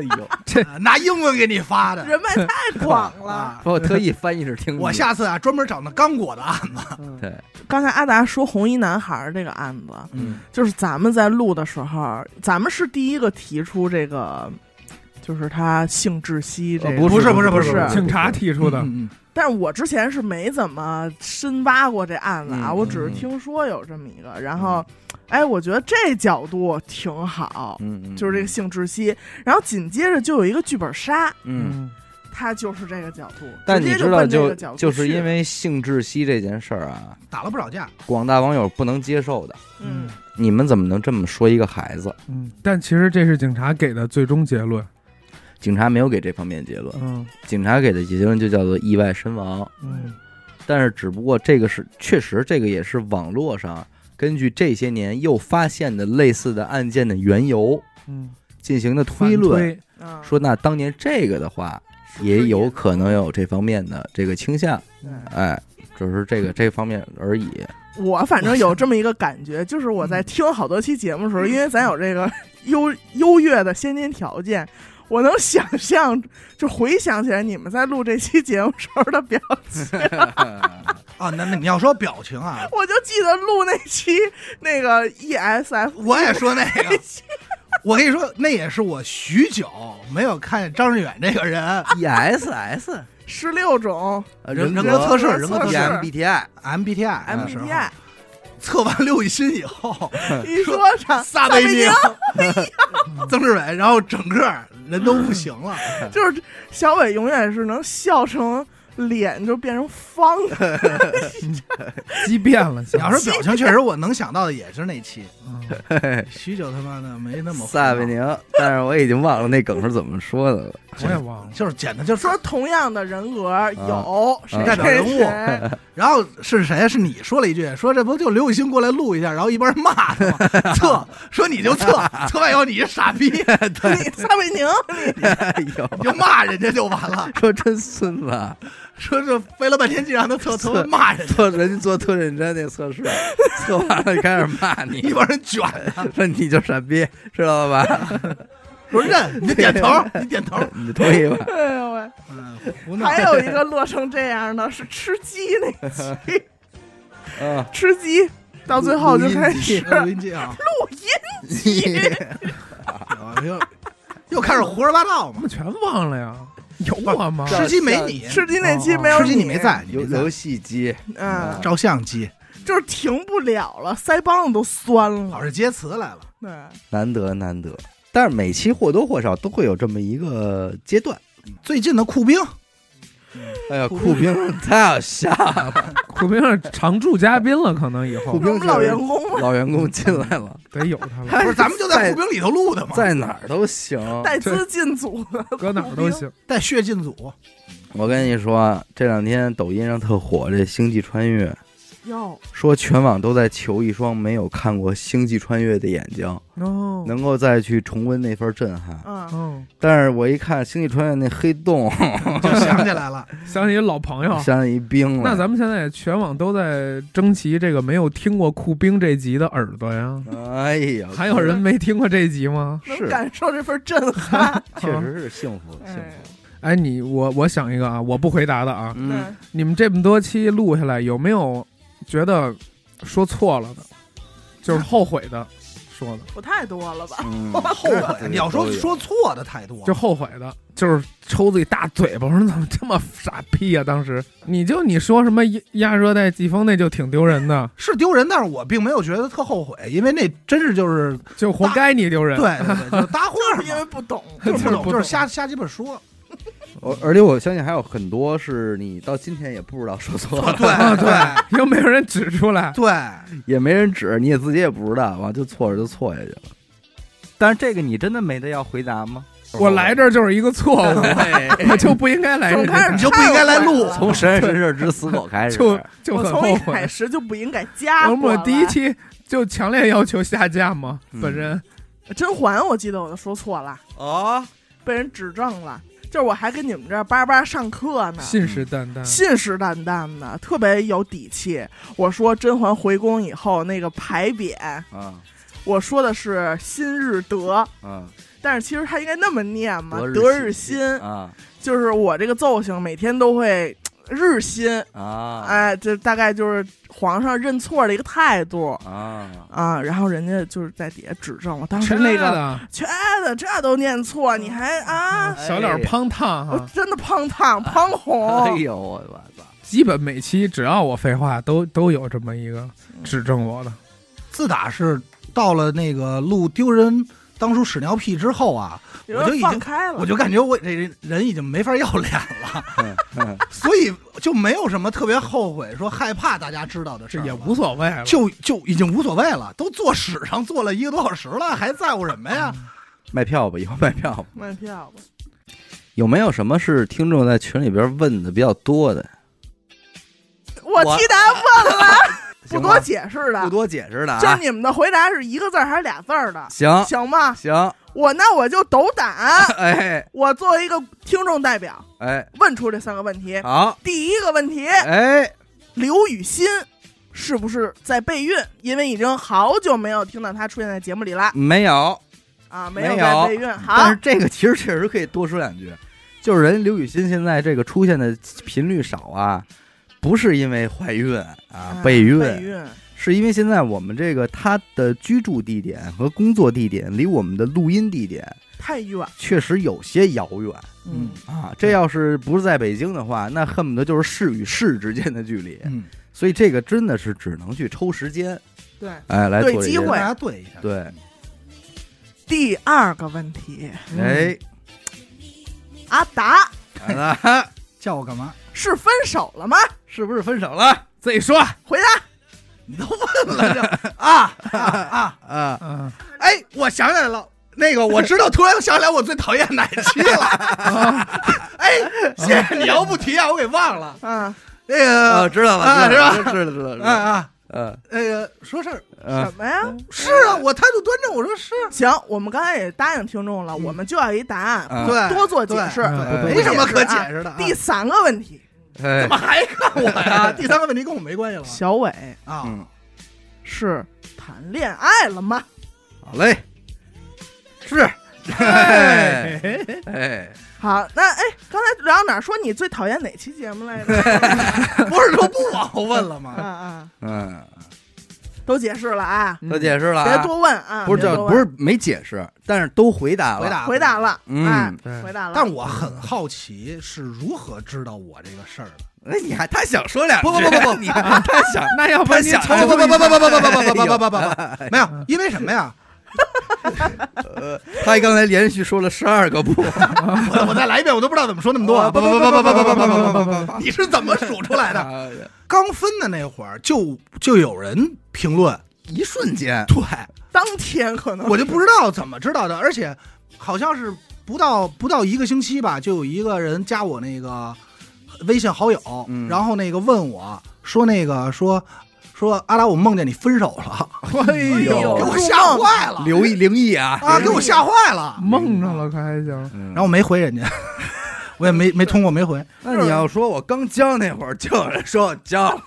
S2: 呦，
S5: 拿英文给你发的。
S3: 人脉太广了。
S5: 啊，
S2: 我特意翻译着听你，
S5: 我下次啊专门找那刚果的啊案子。
S1: 嗯
S2: 对，
S3: 刚才阿达说红衣男孩儿这个案子，
S2: 嗯
S3: 就是咱们在录的时候，咱们是第一个提出这个就是他性窒息这
S2: 呃
S3: 个。
S2: 不
S5: 不是不是
S2: 不
S5: 不
S2: 是
S5: 是
S2: 不是
S1: 警察提出的，
S5: 嗯嗯
S3: 但是我之前是没怎么深挖过这案子啊，
S2: 嗯
S3: 我只是
S2: 嗯嗯嗯
S3: 听说有这么一个，然后，哎，我觉得这角度挺好，
S2: 嗯嗯，
S3: 就是这个性窒息，然后紧接着就有一个剧本杀，
S2: 嗯。，
S3: 它就是这个角度，
S2: 但
S3: 直
S2: 你
S3: 接
S2: 知道
S3: 奔这
S2: 就
S3: 个角度
S2: 就是
S3: 去
S2: 因为性窒息这件事儿啊，
S5: 嗯打了不少架，
S2: 广大网友不能接受的。
S3: 嗯，
S2: 你们怎么能这么说一个孩子？
S1: 嗯，但其实这是警察给的最终结论，
S2: 警察没有给这方面结论，
S1: 嗯
S2: 警察给的结论就叫做意外身亡。
S1: 嗯
S2: 但是只不过这个是确实，这个也是网络上根据这些年又发现的类似的案件的缘由
S1: 嗯，
S2: 进行的
S1: 反
S2: 推论，
S3: 嗯
S2: 说那当年这个的话，
S3: 是不是
S2: 也有可能有这方面的这个倾向，
S3: 对
S2: 哎，只是这个这方面而已。
S3: 我反正有这么一个感觉，就是我在听好多期节目的时候，因为咱有这个 优优越的先天条件，我能想象，就回想起来你们在录这期节目时候的表情，
S5: 啊，那那你要说表情啊，
S3: 我就记得录那期那个 E ESF，
S5: 我也说那
S3: 那
S5: 个，
S3: 期
S5: 我跟你说，那也是我许久没有看见张志远这个人
S2: ESS
S3: 十六种
S2: 呃
S5: 人
S2: 人
S5: 格测
S2: 试
S5: 试，人格测试
S2: MBTI，
S5: MBTI 的时候
S3: MBTI，
S5: 啊测完刘雨欣以后，
S3: 一说上
S5: 撒贝宁、 曾志伟，然后整个人都不行了。
S3: 就是小伟永远是能笑成 脸就变成方的，
S1: 畸变了，
S5: 你要说表情，确实我能想到的也是那期，
S1: 嗯
S5: 许久他妈的没那么
S2: 撒贝宁，但是我已经忘了那梗是怎么说的了。
S1: 我也忘了，
S5: 就是简单就是
S3: 说同样的人格有谁
S5: 代表啊嗯人
S3: 谁
S5: 物
S3: 谁。
S5: 然后是谁？啊是你说了一句，说这不就刘雨欣过来录一下，然后一边骂他吗？测说你就测，测完以后你是傻逼，你
S3: 你撒贝宁，
S2: 哎 呦，
S5: 就骂人家就完了。
S2: 说真孙子，啊
S5: 说这费了半天劲让他测，
S2: 测
S5: 他妈骂人家，
S2: 做人家做特认真那测试，测完了开始骂
S5: 一
S2: 你，
S5: 帮人卷他，
S2: 说你就傻逼，知道吧？
S5: 说认，你就点头，你点头。
S2: 你同意 吧？
S3: 哎呦喂！
S5: 嗯，胡闹。
S3: 还有一个乐成这样的是吃鸡那期，
S2: 嗯，
S3: 吃鸡到最后就开始
S5: 录音机啊，
S3: 录音，
S5: 又又开始胡说八道
S1: 他
S5: 嘛。
S1: 们全忘了呀，有啊我吗？
S5: 吃鸡没你，
S3: 吃鸡那期没啊有
S5: 哦吃鸡你没，在，你
S2: 游
S5: 没在
S2: 游。戏机，
S3: 嗯，
S5: 照相机，
S3: 就是停不了了，腮帮子都酸了
S5: 老。是接词来了。
S3: 对，
S2: 难得难得。但是每期或多或少都会有这么一个阶段。
S5: 最近的酷兵，
S2: 哎呀，酷兵太好笑了，
S1: 苦兵是常驻嘉宾了，可能以
S2: 酷
S1: 后
S2: 兵
S3: 我们老员工
S5: 哦
S3: 嘛，
S2: 老员工进来 了，
S1: 得有他了，
S5: 不是咱们就哎在酷兵里头录的嘛，
S2: 在哪儿都行。
S3: 带资进组 的，
S1: 搁哪儿都行。
S5: 带血进 组，
S2: 我跟你说，啊这两天抖音上特火这《星际穿越》，
S3: 哟，
S2: 说全网都在求一双没有看过《星际穿越》的眼睛，
S1: 哦，
S2: 能够再去重温那份震撼。
S5: 哦
S3: 嗯，
S1: 嗯，
S2: 但是我一看《星际穿越》那黑洞，
S5: 就想起来了。
S1: 想起老朋 友。
S2: 像一冰了。
S1: 那咱们现在全网都在征集这个没有听过酷兵这集的耳朵呀，
S2: 哎呀，
S1: 还有人没听过这集吗？
S3: 能
S2: 是
S3: 感受这份震 撼。
S2: 确实是幸福，幸
S3: 哎，
S2: 福。
S1: 哎，你我我想一个啊，我不回答的啊。
S2: 嗯，
S3: 对
S1: 你们这么多期录下来，有没有觉得说错了的，就是后悔的说 的，
S3: 不太多了吧？
S2: 嗯
S5: 后 悔，你要说，说错的啊太多
S1: 就，后悔的，就是抽自己大嘴巴，我说怎么这么傻逼呀、当时你就你说什么亚亚热带季风那就挺丢人的，
S5: 是丢人，但是我并没有觉得特后悔，因为那真是就是
S1: 就活该你丢
S5: 对
S1: 人。
S5: 对对， 就是搭话
S3: 因为
S5: 嘛，
S3: 不懂，
S5: 就
S1: 就
S5: 是不
S1: 是不
S5: 懂，就是
S1: 懂
S5: 瞎瞎鸡巴说。
S2: 我而且我相信还有很多是你到今天也不知道说错了，
S5: 对对
S1: 啊 又没有人指出来，
S5: 对，
S2: 也没人指，你也自己也不知道，完就错着就错下去了。但是这个你真的没得要回答吗？
S1: 我来这儿就是一个错误， 我就不应该来这
S3: 总开
S1: 儿，
S3: 始
S5: 哎你就不应该来录
S3: 太后悔了
S2: 从神人神事之死狗开始，
S1: 就就
S3: 我
S1: 很
S3: 从
S1: 后
S3: 一
S1: 悔
S3: 开。始就不应该加
S1: 我
S3: 过
S1: 我
S3: 来。
S1: 第一期就强烈要求下架嘛，
S2: 嗯
S1: 本人
S3: 甄嬛，我记得我都说错了，
S2: 啊，
S3: 被人指正了。就是我还跟你们这儿叭叭上课呢，
S1: 信誓旦旦。
S3: 信誓旦旦的，特别有底气。我说甄嬛回宫以后那个牌匾，
S2: 啊
S3: 我说的是新日德，
S2: 啊，
S3: 但是其实它应该那么念嘛，
S2: 德日
S3: 德日
S2: 新
S3: 新。
S2: 啊，
S3: 就是我这个奏性每天都会日新，
S2: 啊，
S3: 哎，这大概就是皇上认错的一个态度
S2: 啊，
S3: 啊。然后人家就是在底下指正我，当时那个
S1: 个
S3: 缺的这都念错，
S2: 嗯
S3: 你还啊，
S1: 小脸胖烫
S3: 我
S1: 哈，
S3: 真的胖烫胖
S2: 哎
S3: 红，
S2: 呦我我操，
S1: 基本每期只要我废话，都都有这么一个指正我的。
S5: 自打是到了那个录丢人当初屎尿屁之后啊，
S3: 有
S5: 我就
S3: 点
S5: 已
S3: 放
S5: 经
S3: 开了，
S5: 我就感觉我这人人已经没法要脸了，
S2: 嗯嗯
S5: 所以就没有什么特别后悔说害怕大家知道的事
S1: 这
S5: 儿了，
S1: 也无所谓了，
S5: 就就已经无所谓了，都坐史上坐了一个多小时了，还在乎什么呀？
S2: 卖票吧，以后卖票吧。
S3: 卖票吧。
S2: 有没有什么是听众在群里边问的比较多的？
S3: 我
S2: 我哎
S3: 替大家问了，不
S2: 行
S3: 多
S2: 吧
S3: 解释
S2: 不
S3: 的，
S2: 多解释的
S3: 就是
S2: 啊。
S3: 你们的回答是一个字儿还是俩字儿的，
S2: 行啊
S3: 行吗？
S2: 行，
S3: 我那我就斗胆，
S2: 哎
S3: 我作为一个听众代表
S2: 哎，
S3: 问出这三个问题。
S2: 好，
S3: 第一个问题，
S2: 哎
S3: 刘雨欣是不是在备孕？因为已经好久没有听到她出现在节目里了
S2: 没有，
S3: 啊，
S2: 没
S3: 有
S2: 有
S3: 在备孕。好
S2: 但是，这个其实确实可以多说两句，就是人刘雨欣现在这个出现的频率少啊，不是因为怀孕啊
S3: 啊
S2: 备孕，
S3: 备孕，
S2: 是因为现在我们这个他的居住地点和工作地点离我们的录音地点
S3: 太远，
S2: 确实有些遥远
S3: 嗯，
S2: 啊。这要是不是在北京的话，那恨不得就是市与市之间的距离。
S5: 嗯，
S2: 所以这个真的是只能去抽时间，
S3: 对。
S2: 哎，来
S3: 对
S2: 做这
S3: 机
S2: 件
S3: 会
S5: 大家对一下，
S2: 对，
S3: 第二个问题，
S2: 哎，
S3: 阿达
S2: 啊
S5: 叫我干嘛？
S3: 是分手了吗？
S2: 是不是分手了
S1: 自己说啊
S3: 回答。
S5: 你都问了这啊啊啊！
S2: 啊？
S1: 啊，
S5: 哎，我想起来了，那个我知道，突然想起来我最讨厌哪期了。哎，谢谢你要不提啊，我给忘了。
S3: 嗯，
S5: 那
S2: 呃，
S5: 个
S2: 知道了，
S5: 啊
S2: 知道了
S5: 是吧
S2: 知道了，知道了，知
S5: 啊
S2: 道了，
S5: 啊，
S2: 嗯
S5: 那个说事儿
S2: 嗯
S3: 什么呀？
S5: 是啊，我态度端正，我说是，
S3: 行，我们刚才也答应听众了，我们就要一答案，
S2: 嗯
S5: 对，
S3: 多嗯做解释。嗯
S1: 对
S2: 不
S5: 对，没什么可解释的啊。
S3: 第三个问题，
S2: 哎
S5: 怎么，还看我呀？啊第三个问题跟我没关系了
S3: 小伟
S5: 啊。
S2: 嗯，
S3: 是谈恋爱了吗？
S2: 好嘞，是，哎哎，
S3: 好，那哎，刚才聊到哪儿？说你最讨厌哪期节目来 着？
S5: 不是说不往后问了
S3: 啊
S5: 吗？
S3: 啊，
S2: 嗯，
S3: 都解释了啊，
S1: 嗯
S2: 都解释了
S3: 别
S2: 啊，
S3: 多问啊，
S2: 不是
S3: 别
S2: 叫
S3: 多问
S2: 不是没解释，但是都回答了，
S5: 回答
S3: 回答了，
S2: 嗯
S3: 哎，
S1: 对
S3: 回答了。
S5: 但我很好奇是如何知道我这个事儿的。
S2: 那你还他想说两句，
S5: 不不不不不
S2: 你还他想
S1: 那要不
S2: 他
S1: 然您
S2: 想
S1: 重
S5: 不不
S1: 复
S5: 不
S1: 一
S5: 不
S1: 遍
S5: 不不不不不不不不不，没有，因为什么呀？
S2: 他刚才连续说了十二个不，
S5: 我我再来一遍，我都不知道怎么说那么多啊。
S2: 不不不不不不不不不
S5: 你是怎么数出来 的？
S2: 不，
S5: 刚分的那会儿，就就有人评论，
S2: 一瞬间，
S5: 对
S3: 当天可能
S5: 我就不知道怎么知道的，而且好像是不到不到一个星期吧，就有一个人加我那个微信好友，
S2: 嗯
S5: 然后那个问我说那个说说阿拉，我梦见你分手了，
S1: 哎
S3: 呦
S5: 给
S1: 呦，
S5: 我吓坏了
S2: 刘毅灵异啊
S5: 啊，给我吓坏了，
S1: 梦着了可还行，
S2: 然
S5: 然后我没回人家，我也没没通过，没回。
S2: 那你要说我刚交那会儿，就有人说我交了，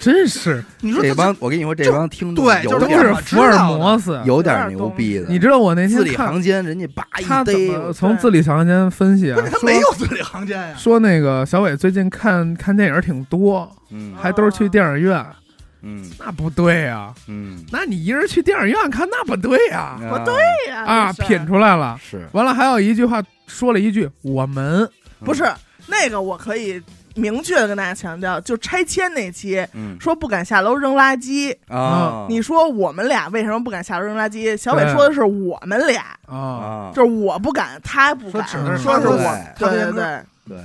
S1: 真是
S5: 你说
S2: 这
S5: 这
S2: 帮我跟你说，这帮听众
S5: 对
S2: 有
S5: 就
S1: 都
S2: 点
S1: 是
S2: 儿
S1: 福尔摩斯。
S2: 有点儿牛逼的，
S1: 你知道我那
S2: 字
S1: 天
S2: 里
S1: 看
S2: 行间，人家叭
S3: 哎
S1: 他
S2: 一
S1: 怎
S2: 逮，
S1: 么从字里行间分析啊
S5: 不是？他
S1: 说
S5: 没有字里行间呀，
S1: 说那个小伟最近看看电影挺多，
S2: 嗯
S1: 还都是
S3: 啊
S1: 去电影院，
S2: 嗯
S1: 那不对呀、
S2: 嗯，
S1: 那你一人去电影院看，那不啊对呀、
S3: 不对呀
S1: 啊，
S3: 这事儿
S1: 品出来了。
S2: 啊是嗯
S1: 完了，还有一句话说了一句“我们
S3: 不是那个，我可以明确的跟大家强调，就拆迁那期。
S2: 嗯
S3: 说不敢下楼扔垃圾，
S2: 啊，
S3: 你说我们俩为什么不敢下楼扔垃圾？小伟
S1: 对
S3: 说的是我们俩，
S1: 啊
S2: 啊，
S3: 就是我不敢，他不敢，
S5: 说
S1: 只是
S3: 说
S1: 他
S3: 是
S2: 对
S3: 我，对
S5: 他
S3: 对
S5: 不
S3: 对。
S2: 对，”，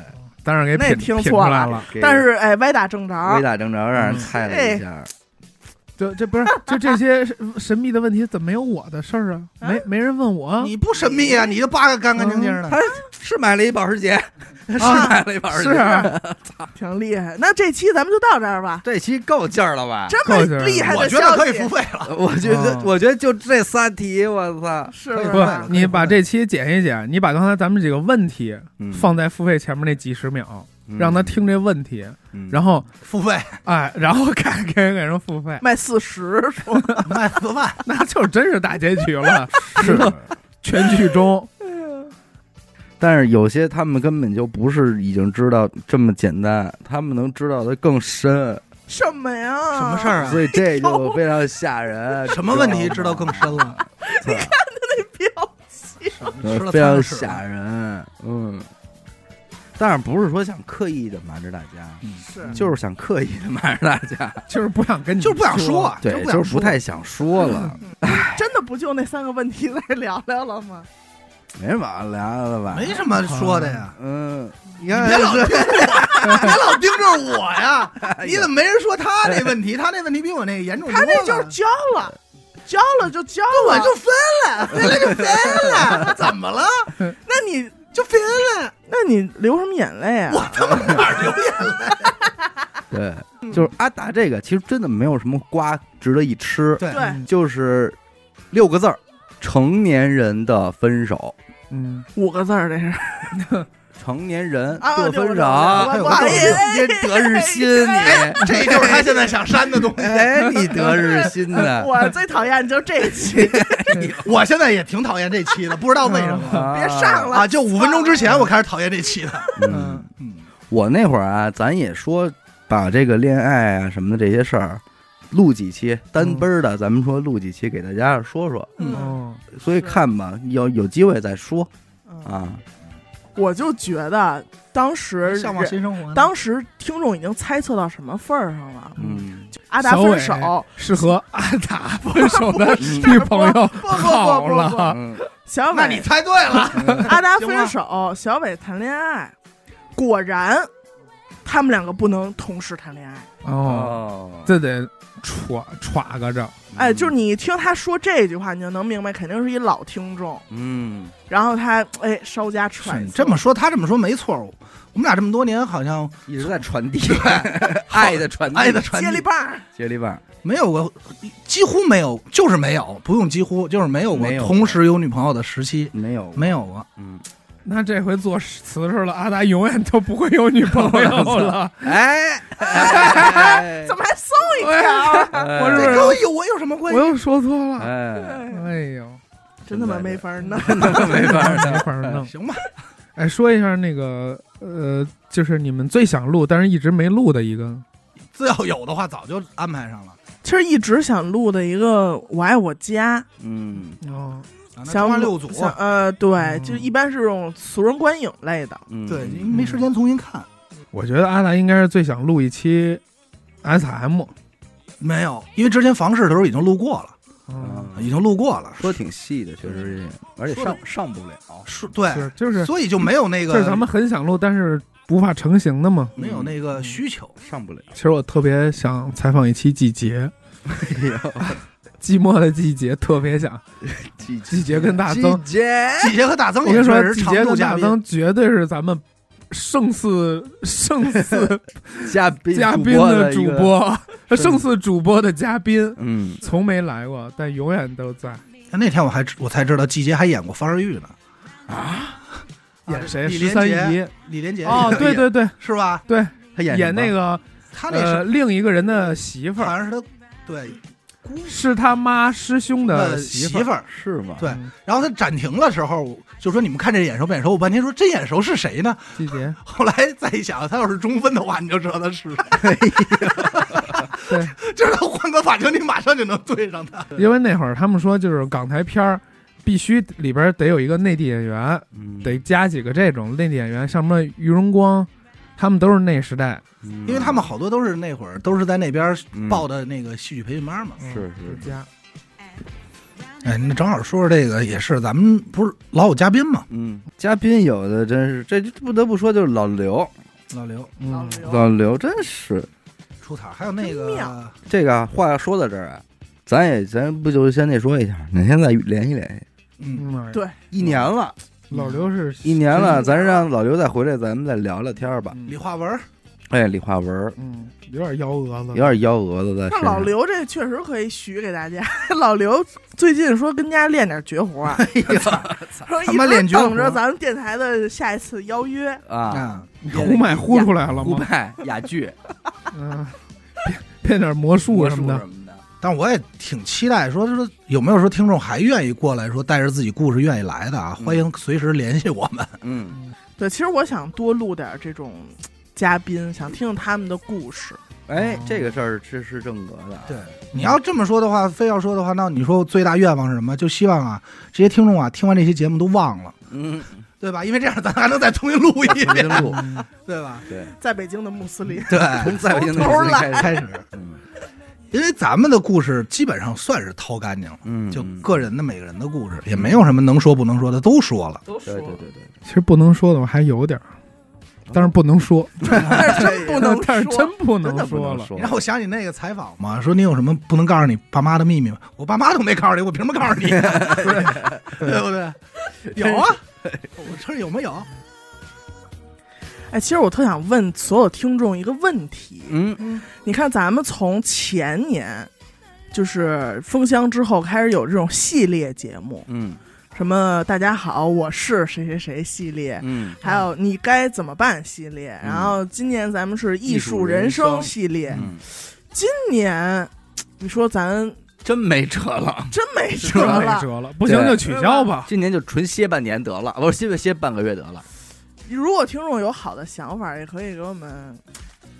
S1: 当然给
S3: 那
S1: 品
S3: 听
S1: 品出
S3: 错
S1: 来
S3: 了
S1: 了。
S2: 给
S3: 但是哎，歪打正着
S2: 歪，打正着让
S1: 嗯
S2: 人猜了一下，
S1: 就这不是就这些神秘的问题，怎么没有我的事儿啊？
S3: 啊
S1: 没没人问我啊，
S5: 你不神秘啊，你就扒个干干净净的。
S2: 他是买了一保时 捷，是买了一保时
S1: 是
S2: 捷，
S1: 啊
S3: 挺厉害。那这期咱们就到这儿吧。
S2: 这期够劲儿了吧？
S3: 这么
S1: 够劲儿了
S3: 厉害
S5: 我
S3: 的
S5: 觉得
S3: 消
S5: 可以
S3: 息
S5: 付，费了。
S2: 我觉得
S1: 哦，
S2: 我觉得就这仨题，我操，
S3: 是不是
S5: 可以
S3: 啊
S5: 付
S1: 不，
S5: 费
S1: 你把这期剪一剪，你把刚才咱们几个问题
S2: 嗯
S1: 嗯放在付费前面那几十秒，让他听这问题，
S2: 嗯，
S1: 然后
S5: 付费
S1: 哎，然后改给给人付 费，
S3: 卖四十说
S5: 卖四万，
S1: 那就真是大结局了，
S2: 是
S1: 全剧终。
S2: 嗯但是有些他们根本就不是已经知道这么简单，他们能知道的更深，
S3: 什么呀？
S5: 什么事儿啊？
S2: 所以这就非常吓人。
S5: 什么问题知
S2: 知
S5: 道
S2: 道
S5: 更
S2: 吗
S5: 深 了？
S3: 标
S5: 吃了苍蝇
S2: 呃非常
S5: 屎
S3: 啊
S2: 吓人。嗯，但是不是说想刻意的瞒着大家，
S3: 是
S2: 就是想刻意的瞒着大家，
S1: 就是不想跟你，
S5: 就是不想
S1: 说
S5: 说，，
S2: 对，
S5: 想
S2: 就是不太想说了，
S3: 真的不就那三个问题来聊聊了吗？
S2: 没什么聊了吧？
S5: 啊没什么说的呀。
S2: 嗯，你
S1: 哎
S5: 你别老
S2: 看
S5: 盯着，别老盯着我呀！你怎么没人说他那问题？他那问题比我那严重多
S3: 他
S5: 了。
S3: 那就是交了，交了就交
S5: 跟我
S3: 了，
S5: 就分了，分了就分了，怎么了？
S3: 那你就分了，那你流什么眼泪啊？
S5: 我他妈哪儿流眼泪？
S2: 对，就是阿达这个其实真的没有什么瓜值得一吃，
S5: 对
S3: 对
S2: 就是六个字儿：成年人的分手。
S1: 嗯，
S3: 五个字儿这是
S2: 成年人
S3: 啊
S2: 的
S3: 对我知
S2: 分手，
S3: 道
S5: 我知道我
S2: 哎
S5: 知
S3: 道
S2: 呦你这得日新
S3: 哎
S2: 你，
S5: 这就是他现在想删的东 西。
S2: 哎，你得日 新的，
S3: 我最讨厌就这一期，
S5: 我现在也挺讨厌这期的，不知道为什么
S3: 别上了
S5: 啊！就五分钟之前我开始讨厌这期的。
S2: 嗯，我那会儿啊，咱也说把这个恋爱啊什么的这些事儿录几期单奔儿的，咱们说录几期给大家说说。
S3: 嗯
S1: 哦，
S2: 所以看吧，有有机会再说
S3: 嗯
S2: 啊。
S3: 我就觉得当时
S5: 向往
S3: 人
S5: 新生活呢，
S3: 当时听众已经猜测到什么份儿上了，
S2: 嗯，
S3: 阿达
S1: 小伟
S3: 分手，
S1: 适合阿达分手的女朋友
S3: 不不
S1: 好
S3: 不不不，
S1: 了，
S2: 嗯
S3: 小
S5: 那你
S3: 伟
S5: 猜对了，
S3: 阿达
S5: 行吗
S3: 分手，小伟谈恋爱，果然他们两个不能同时谈恋爱。
S1: 哦，
S2: 哦，
S1: 这得歘歘个着，
S2: 嗯
S3: 哎，就是你一听他说这句话，你就能明白，肯定是一老听众。
S2: 嗯，
S3: 然后他哎稍加
S5: 是
S3: 揣
S5: 你
S3: 测，
S5: 这么说，他这么说没错误。我们俩这么多年好像
S2: 一直在传递爱的传递，
S5: 爱的传
S3: 接力
S5: 递
S3: 棒儿，
S2: 接力棒，
S5: 没有过，几乎没有，就是没有，不用几乎就是没有过
S2: 没有过
S5: 同时有女朋友的时期，
S2: 没有，
S5: 没有过。
S2: 嗯，。
S1: 那这回做辞职了，阿达永远都不会有女朋友了
S2: 哎，哎
S3: 怎么还送一条？
S2: 哎
S1: 我是
S5: 这跟我有我有什么关
S1: 我
S5: 系？
S1: 又说错了，
S2: 哎，
S1: 哎呦，
S3: 真他妈没法弄。
S2: 没法儿
S1: 没法弄。
S5: 行吧，
S1: 哎，说一下那个呃，就是你们最想录但是一直没录的一个，
S5: 只要有的话，早就安排上了。
S3: 其实一直想录的一个《我爱我家
S2: 嗯
S1: 哦，》，
S3: 想
S5: 花
S3: 录
S5: 六组，啊
S3: 想呃，对，
S1: 嗯
S3: 就一般是这种俗人观影类的。
S2: 嗯，
S5: 对，因为没时间重新看。
S1: 我觉得阿达应该是最想录一期 S M，
S5: 没有，因为之前房事的时候已经录过了，
S2: 哦
S1: 嗯，
S5: 已经录过了。
S2: 啊说挺细的，确实是，而且
S5: 说得
S2: 上上不了。
S5: 是，对，
S1: 嗯是就是
S5: 所以就没有那
S1: 就是
S5: 个，
S1: 咱们嗯很想录，但是无法成型的嘛。
S2: 嗯
S5: 没有那个需求。
S2: 上不了，
S1: 其实我特别想采访一期季节，
S2: 哎
S1: 寂寞的季节特别想，
S2: 季
S1: 季节跟大增，
S2: 季节
S5: 季杰和大增
S1: 哎我跟
S5: 也
S1: 你
S5: 确
S1: 说
S5: 实，是
S1: 季
S5: 常
S1: 节
S5: 驻
S1: 跟
S5: 嘉
S1: 大
S5: 宾，
S1: 增绝对是咱们胜似胜 似
S2: 嘉宾
S1: 嘉宾
S2: 的
S1: 主
S2: 一个，
S1: 播，
S2: 是
S1: 胜似主播的嘉宾，
S2: 嗯，
S1: 从没来过，但永远都在。
S5: 哎那天我还知我才知道季杰还演过方世玉呢，
S1: 啊
S5: 啊
S1: 演谁？
S5: 李
S1: 十
S5: 连
S1: 三
S5: 杰，
S1: 姨。
S5: 李连杰
S1: 哦，对，对对
S5: 是吧？
S1: 对，
S2: 他演
S1: 演那
S2: 个
S1: 个
S5: 他那
S1: 呃
S5: 是
S1: 另一个人的媳妇
S5: 好
S1: 儿，
S5: 像是他对
S1: 是他妈师兄的
S5: 呃
S1: 媳
S5: 媳
S1: 妇儿。
S5: 妇儿。
S2: 是吗？
S5: 对
S1: 嗯，
S5: 然后他暂停的时候就说：“你们看这眼熟不眼熟？”我半天说：“这眼熟是谁呢
S1: 季节？”
S5: 后来再一想，他要是中分的话，你就知道他是谁。
S1: 对，
S5: 就是他换个发型，你马上就能对上他。
S1: 因为那会儿他们说，就是港台片儿必须里边儿得有一个内地演员，
S2: 嗯，
S1: 得加几个这种内地演员，像什么于荣光，他们都是那时代。
S2: 嗯，
S5: 因为他们好多都是那会儿都是在那边
S2: 嗯
S5: 报的那个戏剧培训班嘛。
S1: 嗯
S2: 是是
S1: 就加
S5: 哎，那正好说说这个，也是咱们不是老有嘉宾嘛，
S2: 嗯，嘉宾有的真是，这不得不说就是老刘，
S5: 老刘
S3: 老
S1: 嗯，
S3: 刘
S2: 老刘真是
S5: 出彩儿，还有那
S3: 真
S5: 个
S3: 妙
S2: 这个啊话要说到这儿啊，咱也咱不就先那说一下，哪天再联系联系，
S5: 嗯，
S1: 嗯
S3: 对
S2: 一年了。
S1: 老刘是
S2: 一年了，咱让老刘再回来，咱们再聊聊天儿吧。
S5: 李
S1: 嗯
S5: 化文，
S2: 哎，李化文儿
S1: 嗯，有点幺蛾子，
S2: 有点幺蛾子在
S3: 那
S2: 身
S3: 老
S2: 上。
S3: 刘这确实可以许给大家。 老刘最近说跟家练点绝活儿，啊 说
S5: 他
S3: 一
S5: 妈练
S3: 直
S5: 绝活
S3: 等着咱们电台的下一次邀约。
S2: 啊，
S5: 啊，
S1: 呼麦呼出来了
S2: 胡
S1: 吗？
S2: 派哑剧、
S1: 嗯，变变点魔术
S2: 魔
S1: 什
S2: 术
S1: 么的。
S2: 么的，
S5: 但我也挺期待说，说有没有说听众还愿意过来说带着自己故事愿意来的啊？
S2: 嗯
S5: 欢迎随时联系我们。
S2: 嗯，
S3: 对，其实我想多录点儿这种嘖嘉宾，想听听他们的故事。
S2: 哎，这个事儿这是正格的，，啊
S5: 你要这么说的话，非要说的话，那你说我最大愿望是什么？就希望啊，这些听众啊，听完这期节目都忘了，
S2: 嗯，
S5: 对吧？因为这样咱还能再重新录一
S2: 重
S5: 遍，
S2: 新录，
S1: 嗯
S5: 对吧？
S2: 对，
S3: 在北京的穆斯林，
S5: 对，
S2: 从 再见的
S5: 从头
S2: 开始
S5: 来开始，
S2: 嗯
S5: 因为咱们的故事基本上算是掏干净了，
S2: 嗯，
S5: 就
S2: 嗯
S5: 个人的每个人的故事，也没有什么能说不能说的，都说了。
S3: 都
S2: 对对对对，
S1: 其实不能说的我还有点儿，但是不能说，
S3: 但是真不能说，
S1: 但是真不能
S2: 真的不
S1: 说
S2: 能
S1: 了。
S2: 说
S5: 你让我想起那个采访嘛，说你有什么不能告诉你爸妈的秘密吗？我爸妈都没告诉你，我凭什么告诉你？啊 对不对？嗯有啊，我这儿有没有？
S3: 哎，其实我特想问所有听众一个问题：
S2: 嗯
S3: 你看，咱们从前年就是封箱之后开始有这种系列节目，
S2: 嗯
S3: 什么“大家好，我是谁谁谁”系列，
S2: 嗯，
S3: 还有“你该怎么办”系列，
S2: 嗯
S3: 然后今年咱们是艺术人
S2: 艺术人生
S3: 生系列。
S2: 嗯
S3: 今年你说咱
S2: 真没辙了，
S3: 真没
S1: 真
S3: 辙
S1: 没
S3: 了，
S1: 辙了，不行就取消吧。
S2: 今年就纯歇半年得了，不是歇歇半个月得了，
S3: 如果听众有好的想法，也可以给我们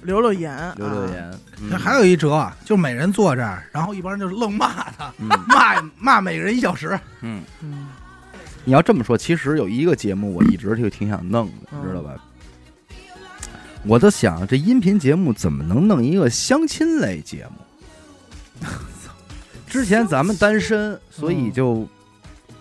S3: 留留言，啊
S2: 留留。言，嗯
S5: 还有一折啊，就每人坐这儿，然后一帮人就愣骂他，
S2: 嗯
S5: 骂骂每人一小时。
S2: 嗯，
S3: 嗯，
S2: 你要这么说，其实有一个节目我一直就挺想弄的，
S3: 嗯
S2: 知道吧？我都想这音频节目怎么能弄一个相亲类节目？ 之前咱们单身，所以就